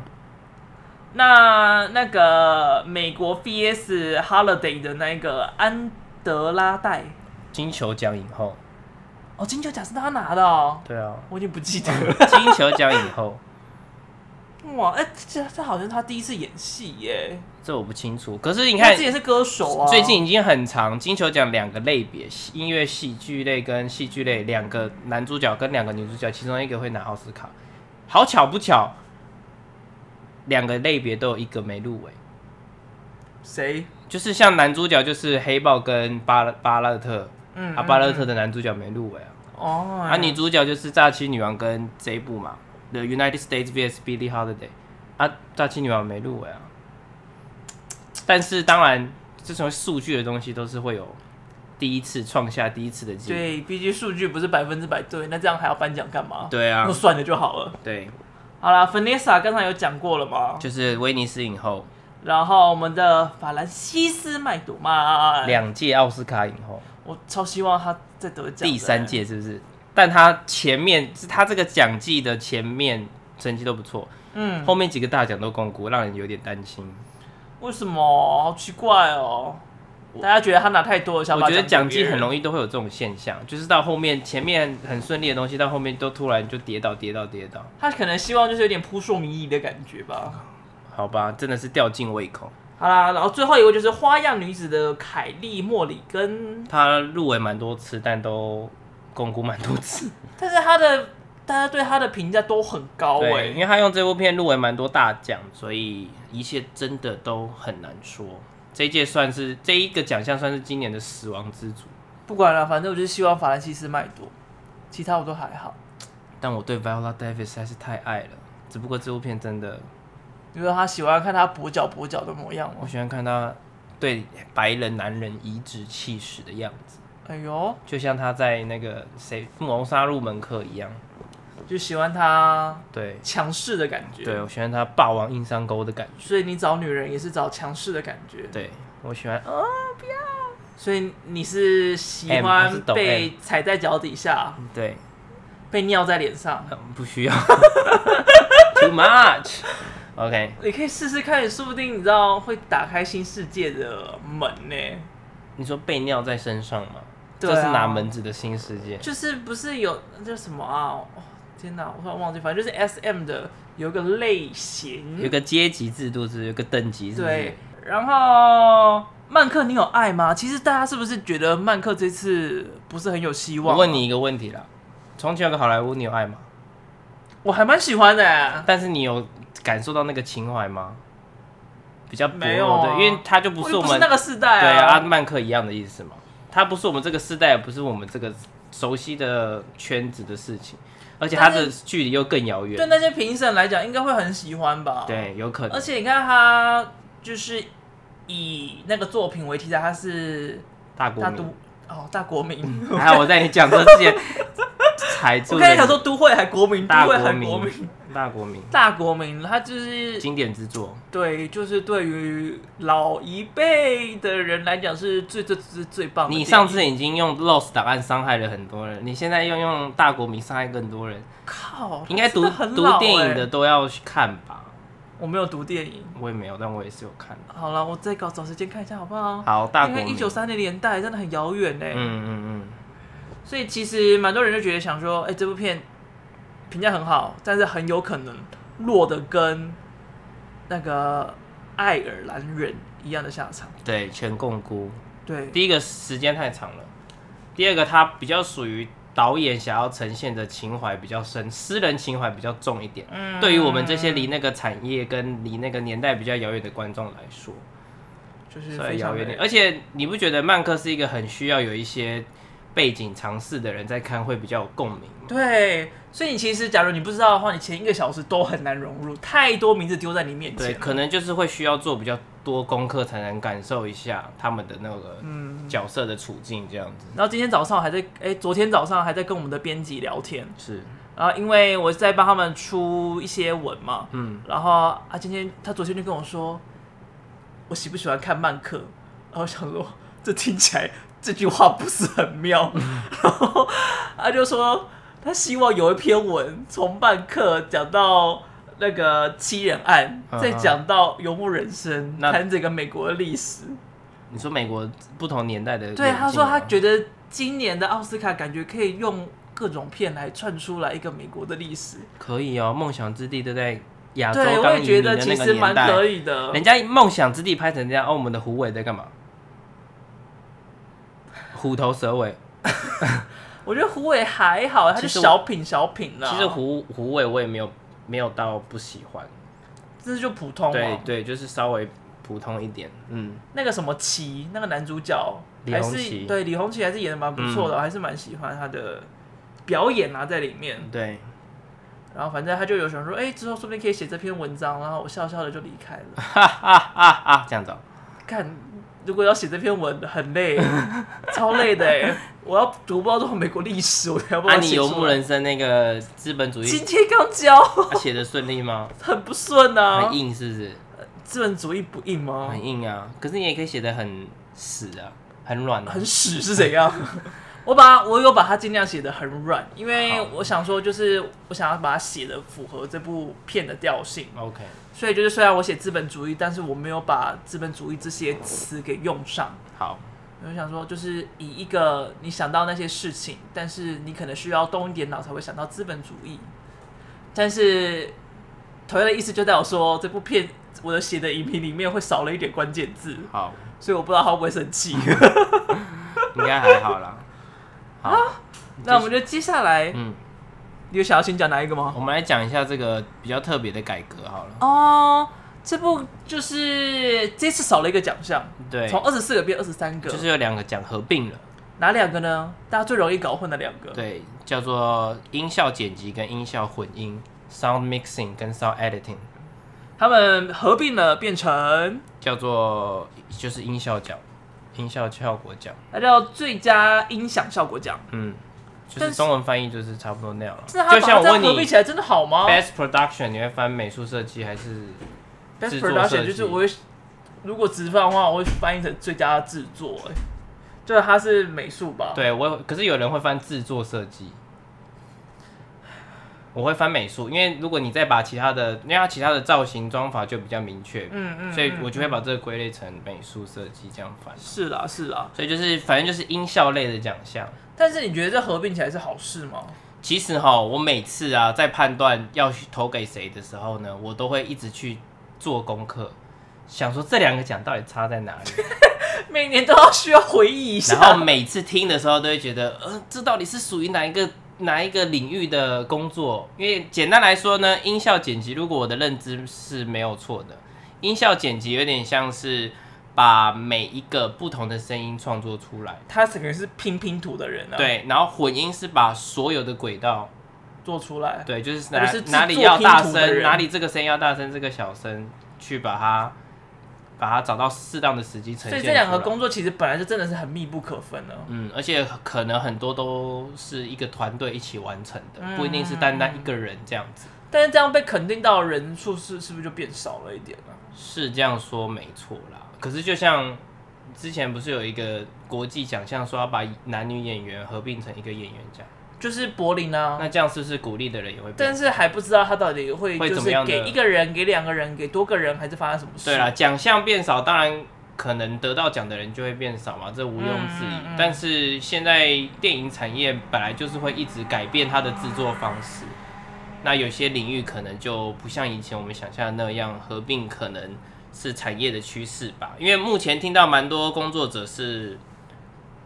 Speaker 1: 那那个美国 VS Holiday 的那个安德拉戴，
Speaker 2: 金球奖以后，
Speaker 1: 哦，金球奖是他拿的哦，
Speaker 2: 对啊，
Speaker 1: 我已经不记 得了。
Speaker 2: 金球奖以后，
Speaker 1: 哇，哎、这这好像是他第一次演戏耶。
Speaker 2: 这我不清楚。可是你
Speaker 1: 你
Speaker 2: 看
Speaker 1: 自，己也是歌手啊，
Speaker 2: 最近已经很长，金球奖两个类别，戏音乐戏剧类跟戏剧类两个男主角跟两个女主角，其中一个会拿奥斯卡。好巧不巧，两个类别都有一个没入围。
Speaker 1: 谁？
Speaker 2: 就是像男主角就是黑豹跟巴勒巴勒特，
Speaker 1: 嗯
Speaker 2: 啊巴勒特的男主角没入围啊，
Speaker 1: 哦，
Speaker 2: 啊女主角就是诈欺女王跟这一部嘛，《The United States vs Billie Holiday》，啊诈欺女王没入围啊。但是当然，这种数据的东西都是会有第一次创下第一次的记录。
Speaker 1: 对，毕竟数据不是百分之百对，那这样还要颁奖干嘛？
Speaker 2: 对啊
Speaker 1: 那，算了就好了。
Speaker 2: 对，
Speaker 1: 好啦 v a n e s s a 刚才有讲过了嘛，
Speaker 2: 就是威尼斯影后，
Speaker 1: 然后我们的法兰西斯麦朵曼，
Speaker 2: 两届奥斯卡影后，
Speaker 1: 我超希望他再得奖的。
Speaker 2: 第三届是不是？但她前面，她这个奖季的前面成绩都不错，
Speaker 1: 嗯，
Speaker 2: 后面几个大奖都共估，让人有点担心。
Speaker 1: 为什么？好奇怪哦！大家觉得他拿太多了，想
Speaker 2: 我
Speaker 1: 把
Speaker 2: 觉得奖
Speaker 1: 给别
Speaker 2: 金
Speaker 1: 人
Speaker 2: 很容易都会有这种现象，就是到后面前面很顺利的东西，到后面都突然就跌倒、跌倒、跌倒。
Speaker 1: 他可能希望就是有点扑朔迷离的感觉吧。
Speaker 2: 好吧，真的是掉进胃口。
Speaker 1: 好啦，然后最后一位就是花样女子的凯莉·莫里根，
Speaker 2: 她入围蛮多次，但都共估蛮多次。
Speaker 1: 但是她的大家对她的评价都很高哎、
Speaker 2: 对，因为她用这部片入围蛮多大奖，所以一切真的都很难说。这一届算是这一个奖项算是今年的死亡之组，
Speaker 1: 不管了，反正我就是希望法兰西斯麦多，其他我都还好。
Speaker 2: 但我对 Viola Davis 还是太爱了。只不过这部片真的，
Speaker 1: 你说他喜欢看他跛脚跛脚的模样哦
Speaker 2: 我
Speaker 1: 吗？
Speaker 2: 喜欢看她对白人男人颐指气使的样子。
Speaker 1: 哎呦，
Speaker 2: 就像他在那个谁谋杀入门课一样，
Speaker 1: 就喜欢他
Speaker 2: 对
Speaker 1: 强势的感觉。
Speaker 2: 对，我喜欢他霸王硬上钩的感觉，
Speaker 1: 所以你找女人也是找强势的感觉。
Speaker 2: 嗯对我喜欢啊、不要，
Speaker 1: 所以你是喜
Speaker 2: M，我是
Speaker 1: 欢
Speaker 2: 懂
Speaker 1: 被踩在脚底下，
Speaker 2: 对，
Speaker 1: 被尿在脸上？
Speaker 2: 呃不需要 ，too much。OK，
Speaker 1: 你可以试试看，说不定你知道会打开新世界的门呢、
Speaker 2: 你说被尿在身上吗？
Speaker 1: 对
Speaker 2: 这是
Speaker 1: 啊
Speaker 2: 哪门子的新世界？
Speaker 1: 就是不是有那叫什么啊？哦天哪，我突然忘记，反正就是 S M 的有一个类型，
Speaker 2: 有个阶级制度是不是有个等级是不是
Speaker 1: 嗯对，，然后曼克，你有爱吗？其实大家是不是觉得曼克这次不是很有希望？
Speaker 2: 我问，你一个问题啦，重庆有个好莱坞，你有爱吗？
Speaker 1: 我还蛮喜欢的、欸。
Speaker 2: 但是你有感受到那个情怀吗？比较薄
Speaker 1: 没有
Speaker 2: 弱
Speaker 1: 啊
Speaker 2: 的，因为他就不是我
Speaker 1: 不是
Speaker 2: 们
Speaker 1: 那个世代
Speaker 2: 对
Speaker 1: 啊，
Speaker 2: 阿曼克一样的意思嘛。他不是我们这个世代，也不是我们这个熟悉的圈子的事情，而且他的
Speaker 1: 但
Speaker 2: 距离又更遥
Speaker 1: 对
Speaker 2: 远。
Speaker 1: 那些评审来讲，应该会很喜欢吧？，
Speaker 2: 对，有可
Speaker 1: 而
Speaker 2: 能
Speaker 1: 且你看他就是以那个作品为题材，他是
Speaker 2: 大国
Speaker 1: 大
Speaker 2: 民。
Speaker 1: 都哦大国民，
Speaker 2: 还好我在你讲这些踩住
Speaker 1: 我
Speaker 2: 了
Speaker 1: 刚才
Speaker 2: 你
Speaker 1: 想说都会还国民，都
Speaker 2: 大
Speaker 1: 会还
Speaker 2: 民
Speaker 1: 国民，
Speaker 2: 大国民
Speaker 1: 大国民，他就是
Speaker 2: 经典之作，
Speaker 1: 对，就是对于老一辈的人来讲是最最最最棒的电影。
Speaker 2: 你上次已经用 Lost 档案伤害了很多人，你现在又用大国民伤害更多人，
Speaker 1: 靠，
Speaker 2: 应该
Speaker 1: 真
Speaker 2: 读
Speaker 1: 的很
Speaker 2: 读
Speaker 1: 老
Speaker 2: 电
Speaker 1: 欸
Speaker 2: 影的，都要去看吧？
Speaker 1: 我没有读电影。
Speaker 2: 我也没有，但我也是有看。
Speaker 1: 好了，我再搞找时间看一下好不好？
Speaker 2: 好，大
Speaker 1: 哦因
Speaker 2: 国
Speaker 1: 为
Speaker 2: 民，
Speaker 1: 一九三零年代真的很遥远欸呢，
Speaker 2: 嗯嗯嗯，
Speaker 1: 所以其实蛮多人就觉得想说，哎、这部片评价很好，但是很有可能落得跟那个爱尔兰人一样的下场。
Speaker 2: 对，全共估。
Speaker 1: 对，
Speaker 2: 第一个时间太长了，第二个它比较属于导演想要呈现的情怀比较深，私人情怀比较重一点。
Speaker 1: 嗯
Speaker 2: 对于我们这些离那个产业跟离那个年代比较遥远的观众来说，
Speaker 1: 就是
Speaker 2: 稍微
Speaker 1: 非
Speaker 2: 遥
Speaker 1: 常
Speaker 2: 远一
Speaker 1: 的
Speaker 2: 点。而且你不觉得曼克是一个很需要有一些背景尝试的人在看会比较有共鸣吗？
Speaker 1: 对，所以你其实假如你不知道的话，你前一个小时都很难融入，太多名字丢在你面
Speaker 2: 对，
Speaker 1: 前。
Speaker 2: 可能就是会需要做比较多功课才能感受一下他们的那个
Speaker 1: 嗯
Speaker 2: 角色的处境，这样子
Speaker 1: 然后今天早上还在，哎、昨天早上还在跟我们的编辑聊天，
Speaker 2: 是
Speaker 1: 然后因为我在帮他们出一些文嘛，
Speaker 2: 嗯，
Speaker 1: 然后啊，今天他昨天就跟我说，我喜不喜欢看漫客，然后我想说这听起来这句话不是很妙，然后他就说他希望有一篇文从漫客讲到。那个七人案，
Speaker 2: 嗯
Speaker 1: 再讲到游牧人生，
Speaker 2: 那
Speaker 1: 谈整个美国的历史。
Speaker 2: 你说美国不同年代的，
Speaker 1: 对，他说他觉得今年的奥斯卡感觉可以用各种片来串出来一个美国的历史。
Speaker 2: 可以哦，梦想之地对不对？亚洲
Speaker 1: 对，我
Speaker 2: 啊刚
Speaker 1: 也
Speaker 2: 移
Speaker 1: 觉
Speaker 2: 民
Speaker 1: 得
Speaker 2: 的
Speaker 1: 其
Speaker 2: 那
Speaker 1: 实
Speaker 2: 个
Speaker 1: 蛮
Speaker 2: 年
Speaker 1: 可
Speaker 2: 代，
Speaker 1: 以的
Speaker 2: 人。家梦想之地拍成这样，哦，我们的虎尾在干嘛？虎头蛇尾，
Speaker 1: 我觉得虎尾还好，他就
Speaker 2: 其实我
Speaker 1: 小品小品啦。
Speaker 2: 其实虎虎尾我也没有没有到不喜欢，
Speaker 1: 这就普通
Speaker 2: 对
Speaker 1: 嘛。
Speaker 2: 对，就是稍微普通一点，嗯，
Speaker 1: 那个什么齐，那个男主角
Speaker 2: 李嗯
Speaker 1: 还
Speaker 2: 红
Speaker 1: 是
Speaker 2: 旗
Speaker 1: 对李红旗还是演的蛮不错的，我还是蛮喜欢他的表演啊在里面。
Speaker 2: 对，
Speaker 1: 然后反正他就有想说，哎、之后说不定可以写这篇文章，然后我笑笑的就离开了。
Speaker 2: 哈哈哈哈，这样子哦、
Speaker 1: 看，如果要写这篇文很 累，超累的哎！我要读报多少美国历史，我要不
Speaker 2: 安
Speaker 1: 要
Speaker 2: 妮
Speaker 1: 写
Speaker 2: 啊游
Speaker 1: 出
Speaker 2: 牧
Speaker 1: 来？
Speaker 2: 人生那个资本主义
Speaker 1: 今天刚教，
Speaker 2: 他写的顺利吗？
Speaker 1: 很不顺啊哦
Speaker 2: 很。硬是不是？
Speaker 1: 资本主义不硬吗？
Speaker 2: 很硬啊，可是你也可以写的很死啊，很软啊
Speaker 1: 很，屎是怎样？ 我把我有把它尽量写的很软，因为
Speaker 2: 好
Speaker 1: 我想说，就是我想要把它写的符合这部片的调性。
Speaker 2: OK，
Speaker 1: 所以就是虽然我写资本主义，但是我没有把资本主义这些词给用上。
Speaker 2: 好，
Speaker 1: 我就想说，就是以一个你想到那些事情，但是你可能需要动一点脑才会想到资本主义。但是同样的意思就代表说，这部片我的写的影评里面会少了一点关键字，
Speaker 2: 好，
Speaker 1: 所以我不知道他会不会生气。
Speaker 2: 应该还好啦。好，
Speaker 1: 啊那我们就接下来，
Speaker 2: 嗯，
Speaker 1: 你有想要先讲哪一个吗？
Speaker 2: 我们来讲一下这个比较特别的改革好了。
Speaker 1: 哦，这部就是这次少了一个奖项，
Speaker 2: 对，
Speaker 1: 从二十四个变二十三个，
Speaker 2: 就是有两个奖合并了，
Speaker 1: 哪两个呢？大家最容易搞混的两个。
Speaker 2: 对，叫做音效剪辑跟音效混音 （sound mixing） 跟 sound editing，
Speaker 1: 他们合并了变成
Speaker 2: 叫做就是音效奖、音效效果奖。
Speaker 1: 那叫最佳音响效果奖。
Speaker 2: 嗯，就
Speaker 1: 但
Speaker 2: 是
Speaker 1: 是
Speaker 2: 中文翻译就是差不多那样了。
Speaker 1: 那他
Speaker 2: 就像我
Speaker 1: 把它
Speaker 2: 问
Speaker 1: 合并
Speaker 2: 你
Speaker 1: 起来真的好吗
Speaker 2: ，Best Production 你会翻美术设计还是？
Speaker 1: ？Best
Speaker 2: 制作设
Speaker 1: production
Speaker 2: 计
Speaker 1: 就是我会，如果直翻的话，我会翻译成最佳制作、欸。对，它是美术吧？，
Speaker 2: 对我，可是有人会翻制作设计，我会翻美术，因为如果你再把其他的，因为它其他的造型妆法就比较明确，
Speaker 1: 嗯嗯，
Speaker 2: 所以
Speaker 1: 嗯
Speaker 2: 我就会把这个归类成美术设计这样翻。
Speaker 1: 是啦是啦。
Speaker 2: 所以就是反正就是音效类的奖项。
Speaker 1: 但是你觉得这合并起来是好事吗？
Speaker 2: 其实哈，我每次啊在判断要去投给谁的时候呢，我都会一直去做功课，想说这两个奖到底差在哪里。
Speaker 1: 每年都要需要回忆一
Speaker 2: 然
Speaker 1: 下。
Speaker 2: 后每次听的时候都会觉得，呃，这到底是属于哪一个哪一个领域的工作？因为简单来说呢，音效剪辑，如果我的认知是没有错的，音效剪辑有点像是把每一个不同的声音创作出来。
Speaker 1: 他整个是拼拼图的人啊，，
Speaker 2: 对，然后混音是把所有的轨道，
Speaker 1: 做出来，
Speaker 2: 对，就是
Speaker 1: 我
Speaker 2: 哪
Speaker 1: 们是制作
Speaker 2: 哪里要大
Speaker 1: 拼图的
Speaker 2: 声，
Speaker 1: 人
Speaker 2: 哪里这个声音要大声，这个小声，去把它把它找到适当的时机呈
Speaker 1: 所
Speaker 2: 现
Speaker 1: 以
Speaker 2: 出
Speaker 1: 这
Speaker 2: 来。
Speaker 1: 两个工作其实本来就真的是很密不可分了。
Speaker 2: 嗯，而且可能很多都是一个团队一起完成的，
Speaker 1: 嗯
Speaker 2: 不一定是单单一个人这样子。
Speaker 1: 但是这样被肯定到的人数是是不是就变少了一点啊呢、
Speaker 2: 是这样说没错啦。可是就像之前不是有一个国际奖项说要把男女演员合并成一个演员奖，
Speaker 1: 就是柏林啊，
Speaker 2: 那这样是不是鼓励的人也会变
Speaker 1: 但？是还不知道他到底会
Speaker 2: 会
Speaker 1: 就
Speaker 2: 怎么
Speaker 1: 是
Speaker 2: 样呢
Speaker 1: 给一个人、给两个人、给多个人，还是发生什么事？
Speaker 2: 对啦，奖项变少，当然可能得到奖的人就会变少嘛，这毋庸置疑。
Speaker 1: 嗯嗯嗯
Speaker 2: 但是现在电影产业本来就是会一直改变它的制作方式，那有些领域可能就不像以前我们想象的那样，合并可能是产业的趋势吧。因为目前听到蛮多工作者是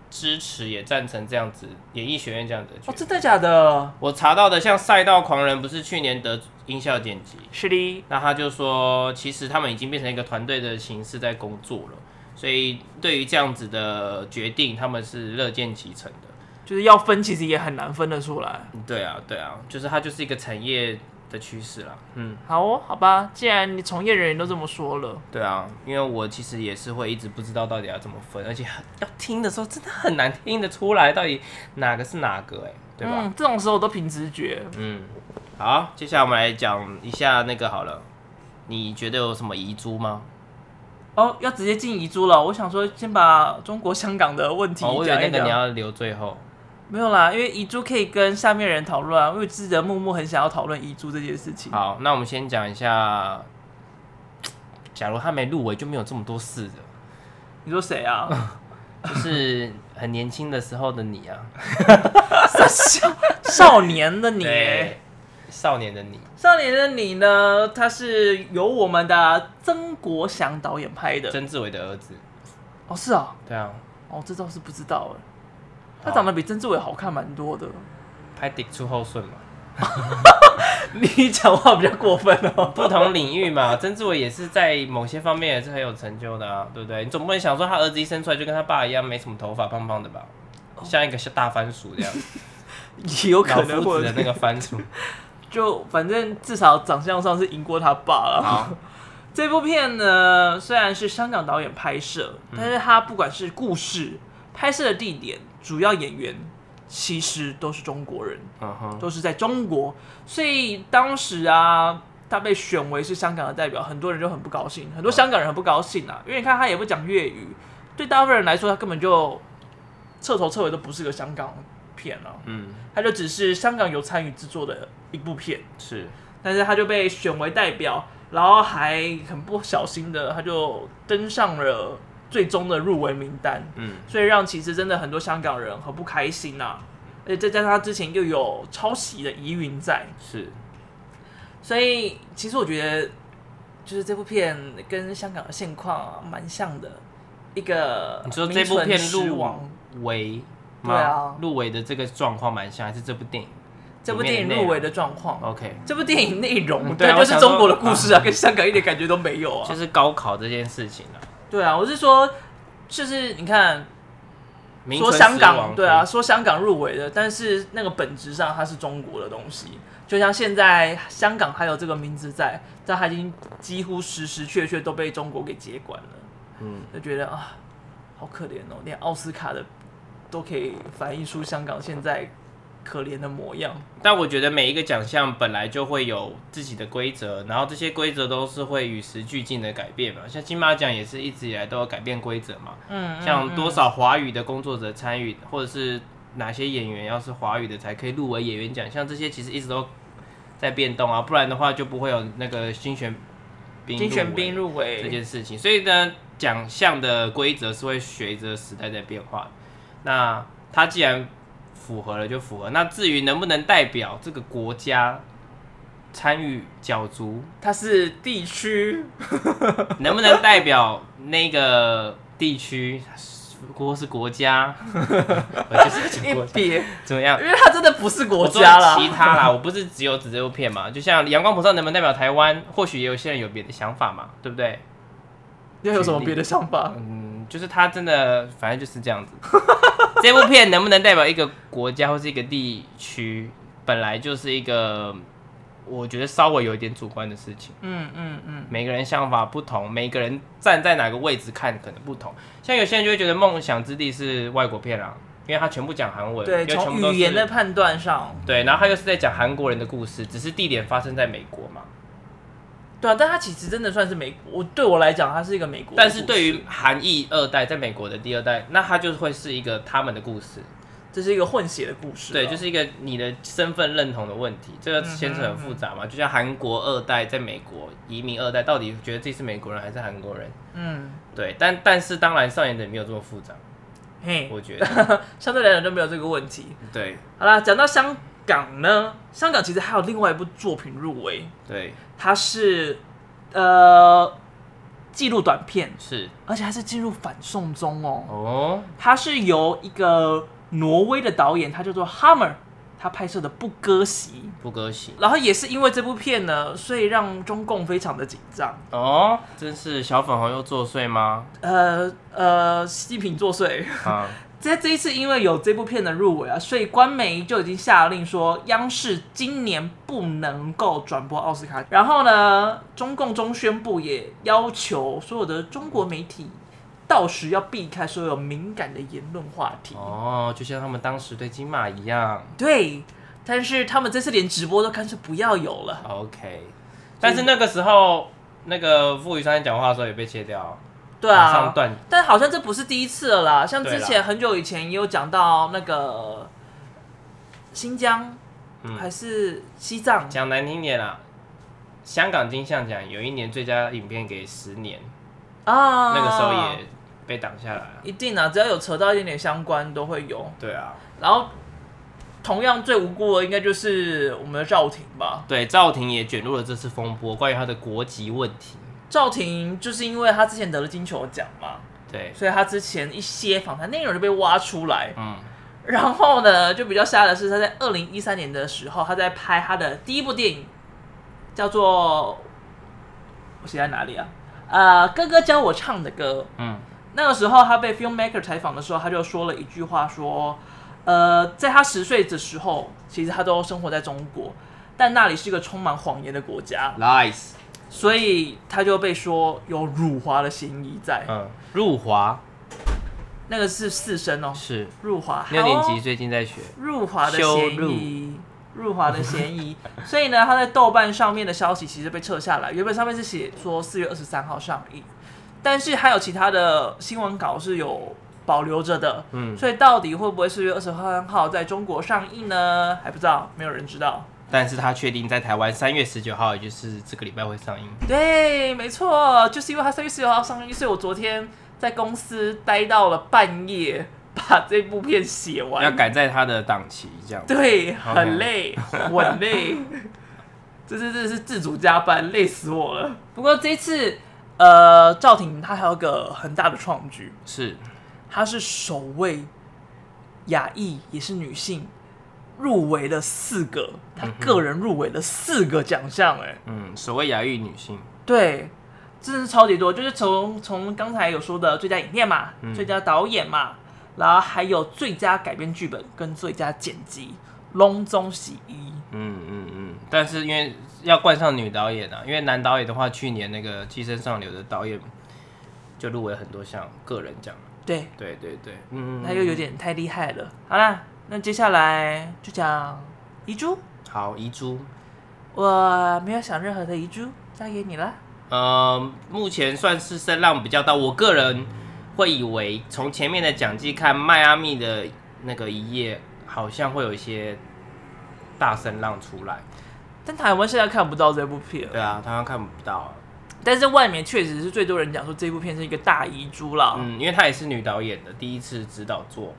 Speaker 2: 支持也赞成这样子演艺学院这样的决
Speaker 1: 哦，
Speaker 2: 定。
Speaker 1: 真的假的？
Speaker 2: 我查到的像《赛道狂人》不是去年得音效剪辑，
Speaker 1: 是的，
Speaker 2: 那他就说，其实他们已经变成一个团队的形式在工作了，所以对于这样子的决定，他们是乐见其成的。
Speaker 1: 就是要分，其实也很难分得出来。
Speaker 2: 对啊，对啊，就是它就是一个产业的趋势啦。嗯，
Speaker 1: 好哦，好吧，既然你从业人员都这么说了，
Speaker 2: 对啊，因为我其实也是会一直不知道到底要怎么分，而且很要听的时候真的很难听得出来到底哪个是哪个、欸，哎，对吧？
Speaker 1: 嗯，这种时候我都凭直觉。
Speaker 2: 嗯，好，接下来我们来讲一下那个好了，你觉得有什么遗珠吗？
Speaker 1: 哦，要直接进遗珠了。我想说，先把中国香港的问题
Speaker 2: 哦，我以
Speaker 1: 讲
Speaker 2: 为
Speaker 1: 一哎
Speaker 2: 那个
Speaker 1: 讲。
Speaker 2: 你要留最后。
Speaker 1: 没有啦，因为遗珠可以跟下面人讨论啊。因为记得木木很想要讨论遗珠这件事情。
Speaker 2: 好，那我们先讲一下，假如他没入围，就没有这么多事的，
Speaker 1: 你说谁 啊？
Speaker 2: 就是 很年轻的时候的你啊，
Speaker 1: 少少年的你，
Speaker 2: 对，少年的你，
Speaker 1: 少年的你呢？他是由我们的曾国祥导演拍的。
Speaker 2: 曾志伟的儿子，
Speaker 1: 哦，是啊，
Speaker 2: 对啊，
Speaker 1: 哦，这倒是不知道哎。他长得比曾志伟好看蛮多的。
Speaker 2: 拍《顶出后顺》嘛，
Speaker 1: 你讲话比较过分 哦。
Speaker 2: 不同领域嘛， 曾志伟也是在某些方面也是很有成就的啊，对不对？你总不能想说他儿子一生出来就跟他爸一样没什么头发，胖胖的吧，像一个大番薯 这样，
Speaker 1: 也有哦可
Speaker 2: 老
Speaker 1: 能
Speaker 2: 夫
Speaker 1: 会
Speaker 2: 子的那个番薯。
Speaker 1: 就反正至少长相上是赢过他爸了。
Speaker 2: 好，
Speaker 1: 这部片呢，虽然是香港导演拍摄，但是他不管是故事、拍摄的地点、主要演员，其实都是中国人，
Speaker 2: 嗯哼，
Speaker 1: 都是在中国。所以当时啊，他被选为是香港的代表，很多人就很不高兴，很多香港人很不高兴啊，因为你看他也不讲粤语，对大部分人来说，他根本就彻头彻尾都不是个香港片啊，
Speaker 2: 嗯，
Speaker 1: 他就只是香港有参与制作的一部片。
Speaker 2: 是，
Speaker 1: 但是他就被选为代表，然后还很不小心的，他就登上了最终的入围名单，
Speaker 2: 嗯，
Speaker 1: 所以让其实真的很多香港人很不开心呐、而且再加上他之前又有抄袭的疑云在，
Speaker 2: 是，
Speaker 1: 所以其实我觉得，就是这部片跟香港的现况啊蛮像的，一个
Speaker 2: 嗯你说这部
Speaker 1: 啊名
Speaker 2: 片
Speaker 1: 存实
Speaker 2: 入
Speaker 1: 亡，
Speaker 2: 围吗？
Speaker 1: 对啊
Speaker 2: 入围的这个状况蛮像，还是这部电影？
Speaker 1: 这部电影入围的状况。
Speaker 2: OK，
Speaker 1: 这部电影内容，
Speaker 2: 嗯对
Speaker 1: 对，
Speaker 2: 啊
Speaker 1: 就
Speaker 2: 我
Speaker 1: 是
Speaker 2: 想
Speaker 1: 中国
Speaker 2: 说
Speaker 1: 的故事啊，跟香港一点感觉都没有啊。
Speaker 2: 就是高考这件事情啊。
Speaker 1: 对啊，我是说，就是你看，
Speaker 2: 名
Speaker 1: 说
Speaker 2: 存
Speaker 1: 香
Speaker 2: 实亡嗯
Speaker 1: 港对啊，，说香港入围的，但是那个本质上它是中国的东西。就像现在香港还有这个名字在，但它已经几乎实实确确都被中国给接管了。
Speaker 2: 嗯，
Speaker 1: 就觉得啊，好可怜哦，连奥斯卡的都可以反映出香港现在可怜的模样。
Speaker 2: 但我觉得每一个奖项本来就会有自己的规则，然后这些规则都是会与时俱进的改变嘛。像金马奖也是一直以来都有改变规则嘛，
Speaker 1: 嗯，
Speaker 2: 像多少华语的工作者参与，或者是哪些演员要是华语的才可以入围演员奖，像这些其实一直都在变动啊，不然的话就不会有那个新选兵
Speaker 1: 金选兵
Speaker 2: 入
Speaker 1: 入
Speaker 2: 围这
Speaker 1: 围，
Speaker 2: 件事情。所以呢，奖项的规则是会随着时代在变化的。那它既然符合了就符合，那至于能不能代表这个国家参与 角逐，
Speaker 1: 它是地区
Speaker 2: 能不能代表那个地区或是 国家，我就是
Speaker 1: 一
Speaker 2: 讲国家
Speaker 1: 别，
Speaker 2: 怎么样？
Speaker 1: 因为它真的不是国
Speaker 2: 我说
Speaker 1: 家啦。
Speaker 2: 其他啦，我不是只有指这部片嘛，就像《阳光普照》能不能代表台湾，或许也有些人有别的想法嘛，对不对？
Speaker 1: 你有什么别的想法？
Speaker 2: 嗯，就是他真的，反正就是这样子。 这部片能不能代表一个国家或是一个地区，本来就是一个我觉得稍微有一点主观的事情。
Speaker 1: 嗯嗯嗯，
Speaker 2: 每个人想法不同，每个人站在哪个位置看可能不同。像有些人就会觉得《梦想之地》是外国片啊，因为他全部讲韩文，
Speaker 1: 对，
Speaker 2: 因为全
Speaker 1: 从
Speaker 2: 部都
Speaker 1: 语言
Speaker 2: 是
Speaker 1: 的判断上，
Speaker 2: 对，然后他又是在讲韩国人的故事，只是地点发生在美国嘛。
Speaker 1: 对啊，但它其实真的算是美，我对我来讲，它是一个美国的故事。
Speaker 2: 但是对于韩裔二代在美国的第二代，那他就会是一个他们的故事。
Speaker 1: 这是一个混血的故事啊，
Speaker 2: 对，就是一个你的身份认同的问题，这个牵扯很复杂
Speaker 1: 嗯
Speaker 2: 嘛。就像韩国二代在美国移民二代，到底觉得自己是美国人还是韩国人？
Speaker 1: 嗯，
Speaker 2: 对，但但是当然少年的没有这么复杂，
Speaker 1: 嘿，
Speaker 2: 我觉 得
Speaker 1: 相对来讲就没有这个问题。
Speaker 2: 对
Speaker 1: 好啦，讲到香港呢，香港其实还有另外一部作品入围，
Speaker 2: 对
Speaker 1: 它是呃纪录短片，
Speaker 2: 是
Speaker 1: 而且它是进入反送中哦。
Speaker 2: 哦
Speaker 1: 它是由一个挪威的导演，他叫做 Hammer，他拍摄的《不割席》。
Speaker 2: 不割席
Speaker 1: 然后也是因为这部片呢，所以让中共非常的紧张。
Speaker 2: 哦，真是小粉红又作祟吗？
Speaker 1: 呃呃，习近平作祟。
Speaker 2: 啊，
Speaker 1: 在这一次，因为有这部片的入围啊，所以官媒就已经下令说，央视今年不能够转播奥斯卡。然后呢，中共中宣部也要求所有的中国媒体到时要避开所有敏感的言论话题。
Speaker 2: 哦，就像他们当时对金马一样
Speaker 1: 对，但是他们这次连直播都干脆不要有了。
Speaker 2: ，OK。但是那个时候，那个傅雨山讲话的时候也被切掉，
Speaker 1: 对
Speaker 2: 马
Speaker 1: 啊
Speaker 2: 上，断
Speaker 1: 但好像这不是第一次了啦，像之
Speaker 2: 对
Speaker 1: 前很久以前也有讲到那个新疆、
Speaker 2: 嗯
Speaker 1: 还是西藏，
Speaker 2: 讲难听点啦，香港金像奖有一年最佳影片给十年，
Speaker 1: 啊，
Speaker 2: 那个时候也被挡下来了。
Speaker 1: 一定啊，只要有扯到一点点相关都会有。
Speaker 2: 对啊，
Speaker 1: 然后同样最无辜的应该就是我们的赵婷吧，
Speaker 2: 对赵婷也卷入了这次风波，关于她的国籍问题。
Speaker 1: 赵婷就是因为她之前得了金球奖嘛，
Speaker 2: 对，
Speaker 1: 所以她之前一些访谈内容就被挖出来。
Speaker 2: 嗯，
Speaker 1: 然后呢，就比较瞎的是，她在二零一三年的时候，她在拍她的第一部电影，叫做我写在哪里啊？呃，哥哥教我唱的歌。
Speaker 2: 嗯，
Speaker 1: 那个时候他被 filmmaker 采访的时候，他就说了一句话说，呃，在他十岁的时候，其实他都生活在中国，但那里是一个充满谎言的国家，
Speaker 2: ，lies，
Speaker 1: 所以他就被说有辱华的嫌疑在。
Speaker 2: 嗯，入华
Speaker 1: 那个是四声哦，
Speaker 2: 是
Speaker 1: 入华
Speaker 2: 六年
Speaker 1: 好
Speaker 2: 级
Speaker 1: 哦
Speaker 2: 最近在学，
Speaker 1: 入华的
Speaker 2: 羞
Speaker 1: 嫌疑。入华的嫌疑， 所以呢，他在豆瓣上面的消息其实被撤下来。原本上面是写说四月二十三号上映，但是还有其他的新闻稿是有保留着的。
Speaker 2: 嗯，
Speaker 1: 所以到底会不会四月二十三号在中国上映呢？还不知道，没有人知道。
Speaker 2: 但是她确定在台湾三月十九号，也就是这个礼拜会上映。
Speaker 1: 对，没错，就是因为它三月十九号上映，所以我昨天在公司待到了半夜，把这部片写
Speaker 2: 要
Speaker 1: 完。
Speaker 2: 赶在她的档期，这样
Speaker 1: 对，很累，很累，这是这是自主加班，累死我了。不过这次，呃，赵婷她还有个很大的创举，
Speaker 2: 是
Speaker 1: 她是首位亚裔也是女性入围了四个，她个人入围了四个奖项，哎，
Speaker 2: 嗯，所谓亚裔女性，
Speaker 1: 对，真的是超级多，就是从从刚才有说的最佳影片嘛，
Speaker 2: 嗯
Speaker 1: 最佳导演嘛，然后还有最佳改编剧本跟最佳剪辑，隆中喜一。
Speaker 2: 嗯嗯嗯，但是因为要冠上女导演啊，因为男导演的话，去年那个《寄生上流》的导演就入围很多项个人奖。
Speaker 1: 对，
Speaker 2: 对对对，嗯，
Speaker 1: 他又有点太厉害了。好啦，那接下来就讲遗珠，
Speaker 2: 好，遗珠，
Speaker 1: 我没有想任何的遗珠，交给你了。
Speaker 2: 呃，目前算是声浪比较大。我个人会以为，从前面的讲季看，迈阿密的那个一夜好像会有一些大声浪出来。
Speaker 1: 但台湾现在看不到这部片了，
Speaker 2: 对啊，台湾看不到。
Speaker 1: 但是外面确实是最多人讲说这部片是一个大遗珠啦。
Speaker 2: 嗯，因为她也是女导演的第一次指导作，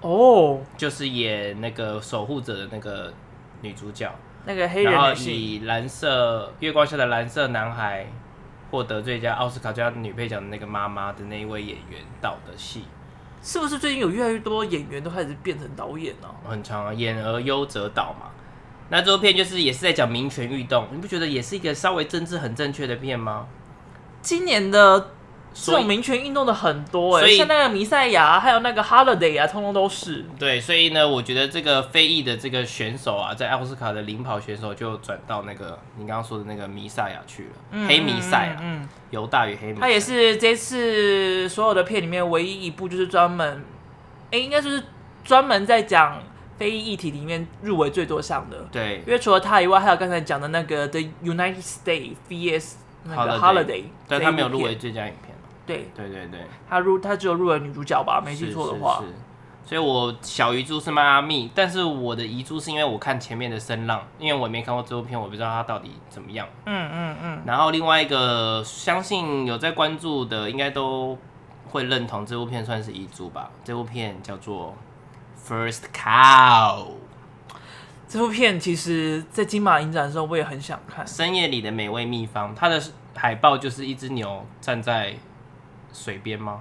Speaker 1: 哦，
Speaker 2: 就是演那个守护者的那个女主角，
Speaker 1: 那个黑人
Speaker 2: 然后
Speaker 1: 女性，
Speaker 2: 以蓝色月光下的蓝色男孩获得最佳奥斯卡最佳女配角的那个妈妈的那一位演员导的戏。
Speaker 1: 是不是最近有越来越多演员都开始变成导演了、
Speaker 2: 很长啊，演而优则导嘛。那这部片就是也是在讲民权运动，你不觉得也是一个稍微政治很正确的片吗？
Speaker 1: 今年的这
Speaker 2: 所
Speaker 1: 种
Speaker 2: 以
Speaker 1: 民权运动的很多哎、
Speaker 2: 所以
Speaker 1: 像那个弥赛亚，还有那个 Holiday 啊，通通都是。
Speaker 2: 对，所以呢，我觉得这个非裔的这个选手啊，在奥斯卡的领跑选手就转到那个你刚刚说的那个弥赛亚去了，黑弥赛啊亚，
Speaker 1: 嗯，嗯嗯
Speaker 2: 犹大与黑弥赛亚。
Speaker 1: 他也是这次所有的片里面唯一一部就是专门，哎、应该就是专门在讲非裔议题里面入围最多项的。
Speaker 2: 对
Speaker 1: 因为除了他以外，还有刚才讲的那个 The United States vs 那个
Speaker 2: Holiday
Speaker 1: Holiday，
Speaker 2: 但
Speaker 1: 这一
Speaker 2: 他
Speaker 1: 部
Speaker 2: 没有入围
Speaker 1: 片，
Speaker 2: 最佳影片。
Speaker 1: 对
Speaker 2: 对对对，
Speaker 1: 他入他只有入围女主角吧，没记
Speaker 2: 是
Speaker 1: 错的话
Speaker 2: 是。是所以我小遗珠是迈阿密，但是我的遗珠是因为我看前面的声浪，因为我也没看过这部片，我不知道它到底怎么样。
Speaker 1: 嗯嗯嗯，
Speaker 2: 然后另外一个，相信有在关注的，应该都会认同这部片算是遗珠吧。这部片叫做《First Cow》，
Speaker 1: 这部片其实在金马影展的时候我也很想看，
Speaker 2: 深夜里的美味秘方。它的海报就是一只牛站在水边吗？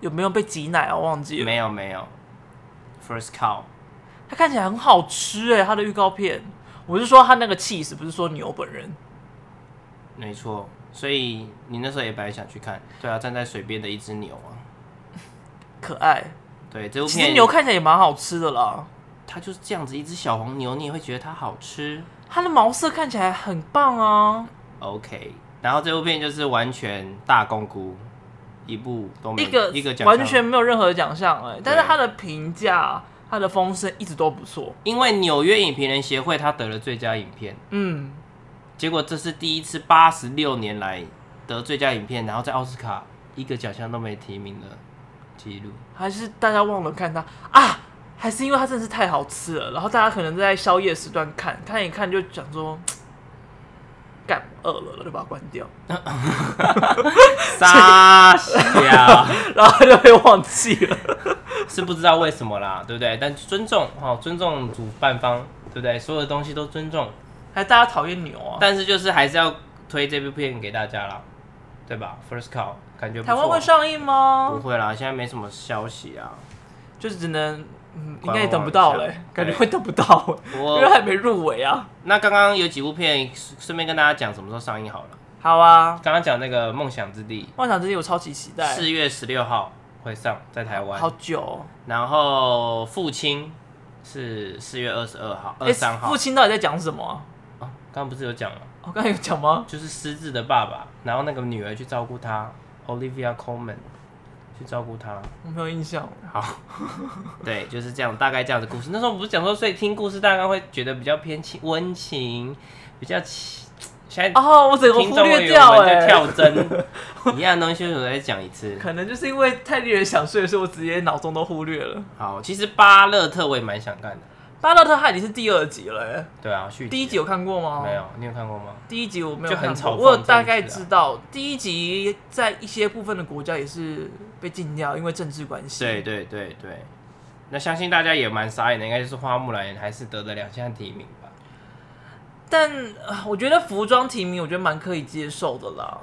Speaker 1: 有没有被挤奶啊？我忘记了。
Speaker 2: 没有没有，《First Cow》
Speaker 1: 它看起来很好吃哎、它的预告片。我是说它那个 cheese，不是说牛本人。
Speaker 2: 没错。所以你那时候也本来想去看，对啊，站在水边的一只牛啊。
Speaker 1: 可爱，
Speaker 2: 对，这部
Speaker 1: 其实
Speaker 2: 片
Speaker 1: 牛看起来也蛮好吃的啦。
Speaker 2: 它就是这样子，一只小黄牛，你也会觉得它好吃。
Speaker 1: 它的毛色看起来很棒啊，
Speaker 2: OK，然后这部片就是完全大公估，一部都没
Speaker 1: 一
Speaker 2: 有
Speaker 1: 个
Speaker 2: 一个奖项
Speaker 1: 完全，没有任何奖项哎，但是它的评价、它的风声一直都不错。
Speaker 2: 因为纽约影评人协会他得了最佳影片，
Speaker 1: 嗯，
Speaker 2: 结果这是第一次八十六年来得最佳影片，然后在奥斯卡一个奖项都没提名的记 录。
Speaker 1: 还是大家忘了看它啊，还是因为它真的是太好吃了，然后大家可能在宵夜时段看看一看就讲说，干饿了，就把它关掉，
Speaker 2: 傻笑，
Speaker 1: 然后就被忘记了。
Speaker 2: 是不知道为什么啦，对不对？但尊重哦，尊重主办方，对不对？所有的东西都尊重，
Speaker 1: 还大家讨厌牛啊？
Speaker 2: 但是就是还是要推这部片给大家啦，对吧？First Call 感觉不
Speaker 1: 台湾
Speaker 2: 错啊
Speaker 1: 会上映
Speaker 2: 不
Speaker 1: 吗？
Speaker 2: 会啦，现在没什么消息啊。
Speaker 1: 就是只能，嗯，应
Speaker 2: 观望
Speaker 1: 该也等不到嘞、
Speaker 2: 一下
Speaker 1: 感觉
Speaker 2: 对
Speaker 1: 会等不到、欸，因为
Speaker 2: 我
Speaker 1: 还没入围啊。
Speaker 2: 那刚刚有几部片，顺顺便跟大家讲什么时候上映好了。
Speaker 1: 好啊，
Speaker 2: 刚刚讲那个《梦想之地
Speaker 1: 妄想之地我超级期》，待，
Speaker 2: 四月十六号会上在台湾
Speaker 1: 好。久、哦。
Speaker 2: 然后《父亲》是四月二十二号、二
Speaker 1: 诶
Speaker 2: 十三号。
Speaker 1: 父亲到底在讲什么啊、
Speaker 2: 哦刚刚不是有讲吗？
Speaker 1: 我刚才有讲吗？
Speaker 2: 就是失智的爸爸，然后那个女儿去照顾他，Olivia Colman 去照顾他。
Speaker 1: 我没有印 象。
Speaker 2: 好，对，就是这样，大概这样的故事。那时候我不是讲说，所以听故事大概会觉得比较偏情温情，比较情。现在
Speaker 1: 哦，我整个
Speaker 2: 听
Speaker 1: 忽
Speaker 2: 众会
Speaker 1: 略
Speaker 2: 以为我
Speaker 1: 掉
Speaker 2: 们
Speaker 1: 哎、
Speaker 2: 在跳 针，一样的东西我再讲一次。
Speaker 1: 可能就是因为太令人想睡，所以我直接脑中都忽略 了。
Speaker 2: 好，其实巴勒特我也蛮想看的，
Speaker 1: 巴勒特汉已经是第二集了、欸，
Speaker 2: 对啊，续
Speaker 1: 第一集有哦看过吗？
Speaker 2: 没。有，你有看过吗？
Speaker 1: 第一集我没有
Speaker 2: 就很
Speaker 1: 看过，
Speaker 2: 嘲讽
Speaker 1: 我有大概
Speaker 2: 政治啊
Speaker 1: 知道第一集在一些部分的国家也是被禁掉，因为政治关系。
Speaker 2: 对对对对，那相信大家也蛮傻眼的，应该就是花木兰还是得了两项提名吧。
Speaker 1: 但呃我觉得服装提名，我觉得蛮可以接受的啦，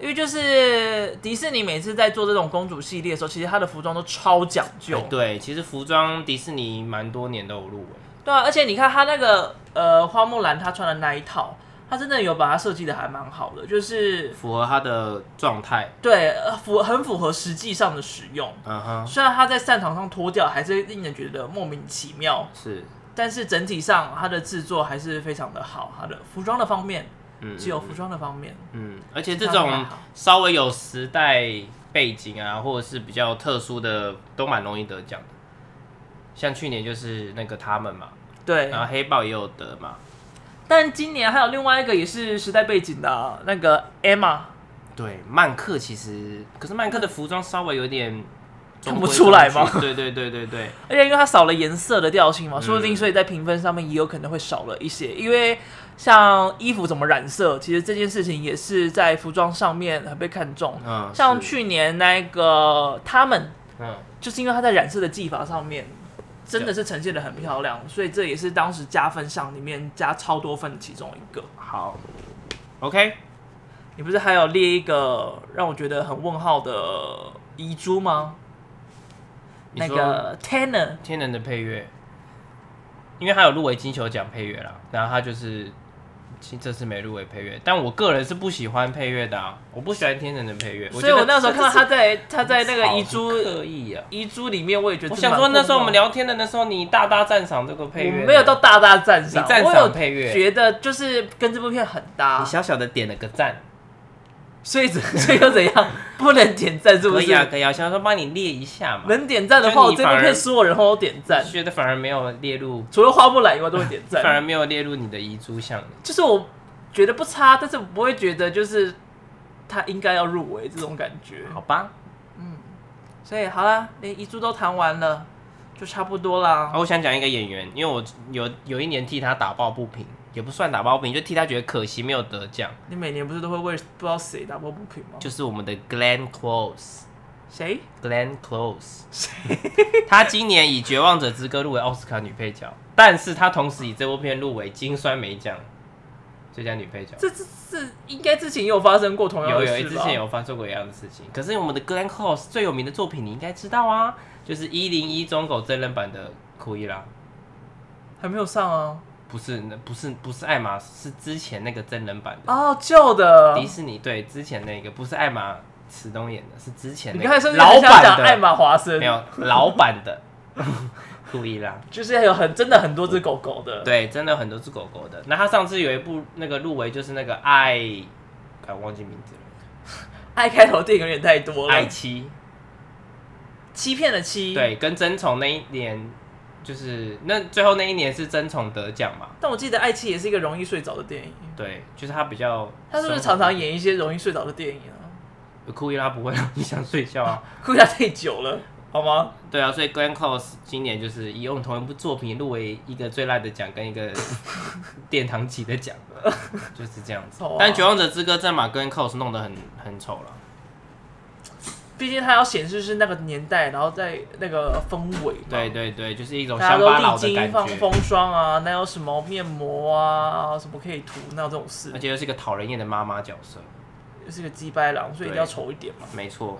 Speaker 1: 因为就是迪士尼每次在做这种公主系列的时候，其实它的服装都超讲究。
Speaker 2: 哎对，其实服装迪士尼蛮多年都有入围，
Speaker 1: 对啊，而且你看它那个呃花木兰她穿的那一套，它真的有把它设计的还蛮好的，就是
Speaker 2: 符合他的状态。
Speaker 1: 对呃符很符合实际上的使用。
Speaker 2: 嗯哼，
Speaker 1: 虽然它在战场上脱掉，还是令人觉得莫名其妙，
Speaker 2: 是，
Speaker 1: 但是整体上它的制作还是非常的好。它的服装的方面，
Speaker 2: 嗯，
Speaker 1: 只有服装的方面，
Speaker 2: 嗯，而且
Speaker 1: 其
Speaker 2: 这
Speaker 1: 他都还
Speaker 2: 种
Speaker 1: 好
Speaker 2: 稍微有时代背景啊，或者是比较特殊的，都蛮容易得奖的。像去年就是那个他们嘛，
Speaker 1: 对
Speaker 2: 然，后黑豹也有得嘛，
Speaker 1: 但今年还有另外一个也是时代背景的啊那个 Emma，
Speaker 2: 对，曼克其实，可是曼克的服装稍微有点
Speaker 1: 看不出来吗
Speaker 2: 吗？对对对对对，
Speaker 1: 而且因为它少了颜色的调性嘛，
Speaker 2: 嗯
Speaker 1: 说不定所以在评分上面也有可能会少了一些，因为像衣服怎么染色，其实这件事情也是在服装上面很被看重。
Speaker 2: 嗯，
Speaker 1: 像
Speaker 2: 是，
Speaker 1: 去年那个他们，
Speaker 2: 嗯，
Speaker 1: 就是因为它在染色的技法上面真的是呈现的很漂亮，所以这也是当时加分项里面加超多分的其中一个。
Speaker 2: 好，OK，
Speaker 1: 你不是还有列一个让我觉得很问号的遗珠吗？
Speaker 2: 你
Speaker 1: 那
Speaker 2: 说
Speaker 1: 个 Tanner，
Speaker 2: 天能的配乐，因为他有入围金球奖配乐啦，然后他就是其实这次没入围配乐，但我个人是不喜欢配乐的、啊，我不喜欢天能的配乐，
Speaker 1: 所以我那时候看到他在他在那个遗珠
Speaker 2: 猪刻意啊。
Speaker 1: 遗珠里面，我也觉得
Speaker 2: 我
Speaker 1: 是
Speaker 2: 想说
Speaker 1: 蛮
Speaker 2: 那时候我
Speaker 1: 困
Speaker 2: 们
Speaker 1: 扰
Speaker 2: 聊天的那时候，你大大赞赏这个配乐，
Speaker 1: 我没有到，大大赞赏，
Speaker 2: 你赞赏
Speaker 1: 我有
Speaker 2: 配乐
Speaker 1: 觉得就是跟这部片很搭
Speaker 2: 你，小小的点了个赞，
Speaker 1: 所以怎 所以又怎样，不能点赞是不
Speaker 2: 可
Speaker 1: 是
Speaker 2: 以？啊可以啊，想说帮你列一下嘛，
Speaker 1: 能点赞的话，
Speaker 2: 就
Speaker 1: 我
Speaker 2: 你
Speaker 1: 这
Speaker 2: 反
Speaker 1: 部
Speaker 2: 而
Speaker 1: 片所有人都有点赞，
Speaker 2: 觉得反而没有列入，
Speaker 1: 除了花木兰以外都会点
Speaker 2: 反而
Speaker 1: 赞，
Speaker 2: 没有列入你的遗珠项里。
Speaker 1: 就是我觉得不差，但是我不会觉得就是他应该要入围这种感觉。
Speaker 2: 好吧，
Speaker 1: 所以好啦，连遗珠都谈完了，就差不多啦。
Speaker 2: 啊，我想讲一个演员，因为我有有一年替他打抱不平，也不算打抱不平，就替他觉得可惜没有得奖，
Speaker 1: 你每年不是都会为不知道谁打抱不平吗？
Speaker 2: 就是我们的 Glenn Close。
Speaker 1: 谁？
Speaker 2: Glenn Close，他今年以《绝望者之歌》入围奥斯卡女配角，但是他同时以这部片入围金酸梅奖最佳女配角。
Speaker 1: 这这这应该之前也有发生过同样
Speaker 2: 有
Speaker 1: 的
Speaker 2: 有，
Speaker 1: 事吧？
Speaker 2: 之前有发生过一样的事情。可是我们的 Glenn Close 最有名的作品你应该知道啊，就是一零一中狗真人版的库伊拉，
Speaker 1: 还没有上啊？
Speaker 2: 不是不是不是艾玛，是之前那个真人版的。
Speaker 1: 哦，旧的。
Speaker 2: 迪士尼对之前那个不是艾玛史东演的，是之前
Speaker 1: 你
Speaker 2: 那
Speaker 1: 刚才
Speaker 2: 个
Speaker 1: 是不是
Speaker 2: 老
Speaker 1: 很想讲
Speaker 2: 板的
Speaker 1: 艾玛华森
Speaker 2: 没？有老板 的库伊拉，
Speaker 1: 就是有很真的很多只狗狗的。，
Speaker 2: 对，真的有很多只狗狗的。那他上次有一部那个入围就是那个爱，啊忘记名字了，
Speaker 1: 爱开头电影有点太多
Speaker 2: 爱
Speaker 1: 了，
Speaker 2: 妻，
Speaker 1: 欺骗的欺。，
Speaker 2: 对，跟争宠那一年就是那最后那一年是争宠得奖嘛，
Speaker 1: 但我记得爱妻也是一个容易睡着的电影。
Speaker 2: 对，就是他比较
Speaker 1: 他是不是
Speaker 2: 生活
Speaker 1: 常常演一些容易睡着的电影啊？
Speaker 2: 库伊拉不会让你想睡觉啊？
Speaker 1: 哭下太久了，好吗？
Speaker 2: 对啊，所以 Glenn Close 今年就是以用同一部作品入围一个最烂的奖跟一个殿堂级的奖，就是这样子
Speaker 1: 好啊。
Speaker 2: 但《绝望者之歌》真把 Glenn Close 弄得很很丑了。
Speaker 1: 毕竟他要显示是那个年代，然后在那个氛围嘛。
Speaker 2: 对对对，就是一种
Speaker 1: 大家
Speaker 2: 乡
Speaker 1: 都
Speaker 2: 巴佬
Speaker 1: 历
Speaker 2: 的
Speaker 1: 经
Speaker 2: 感
Speaker 1: 放
Speaker 2: 觉
Speaker 1: 风，霜啊，哪有什么面膜啊，什么可以涂，哪有这种事
Speaker 2: 而？且又是一个讨人厌的妈妈角色。
Speaker 1: 就是个鸡掰狼，所以一定要丑一点嘛。
Speaker 2: 没错。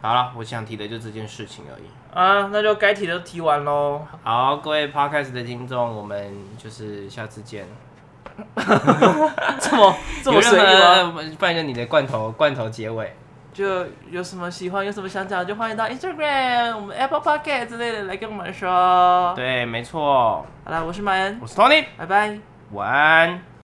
Speaker 2: 好了，我想提的就这件事情而已。
Speaker 1: 啊，那就该提的都提完喽。
Speaker 2: 好，各位 podcast 的听众，我们就是下次见。
Speaker 1: 这么这么
Speaker 2: 有任
Speaker 1: 随意吗？
Speaker 2: 何？办一个你的罐头罐头结尾。
Speaker 1: 就有什么喜欢，有什么想讲，就欢迎到 Instagram、我们 Apple Podcast 之类的来跟我们说。
Speaker 2: 对，没错。
Speaker 1: 好啦，我是马恩
Speaker 2: 我，是 Tony，
Speaker 1: 拜拜。
Speaker 2: 晚安。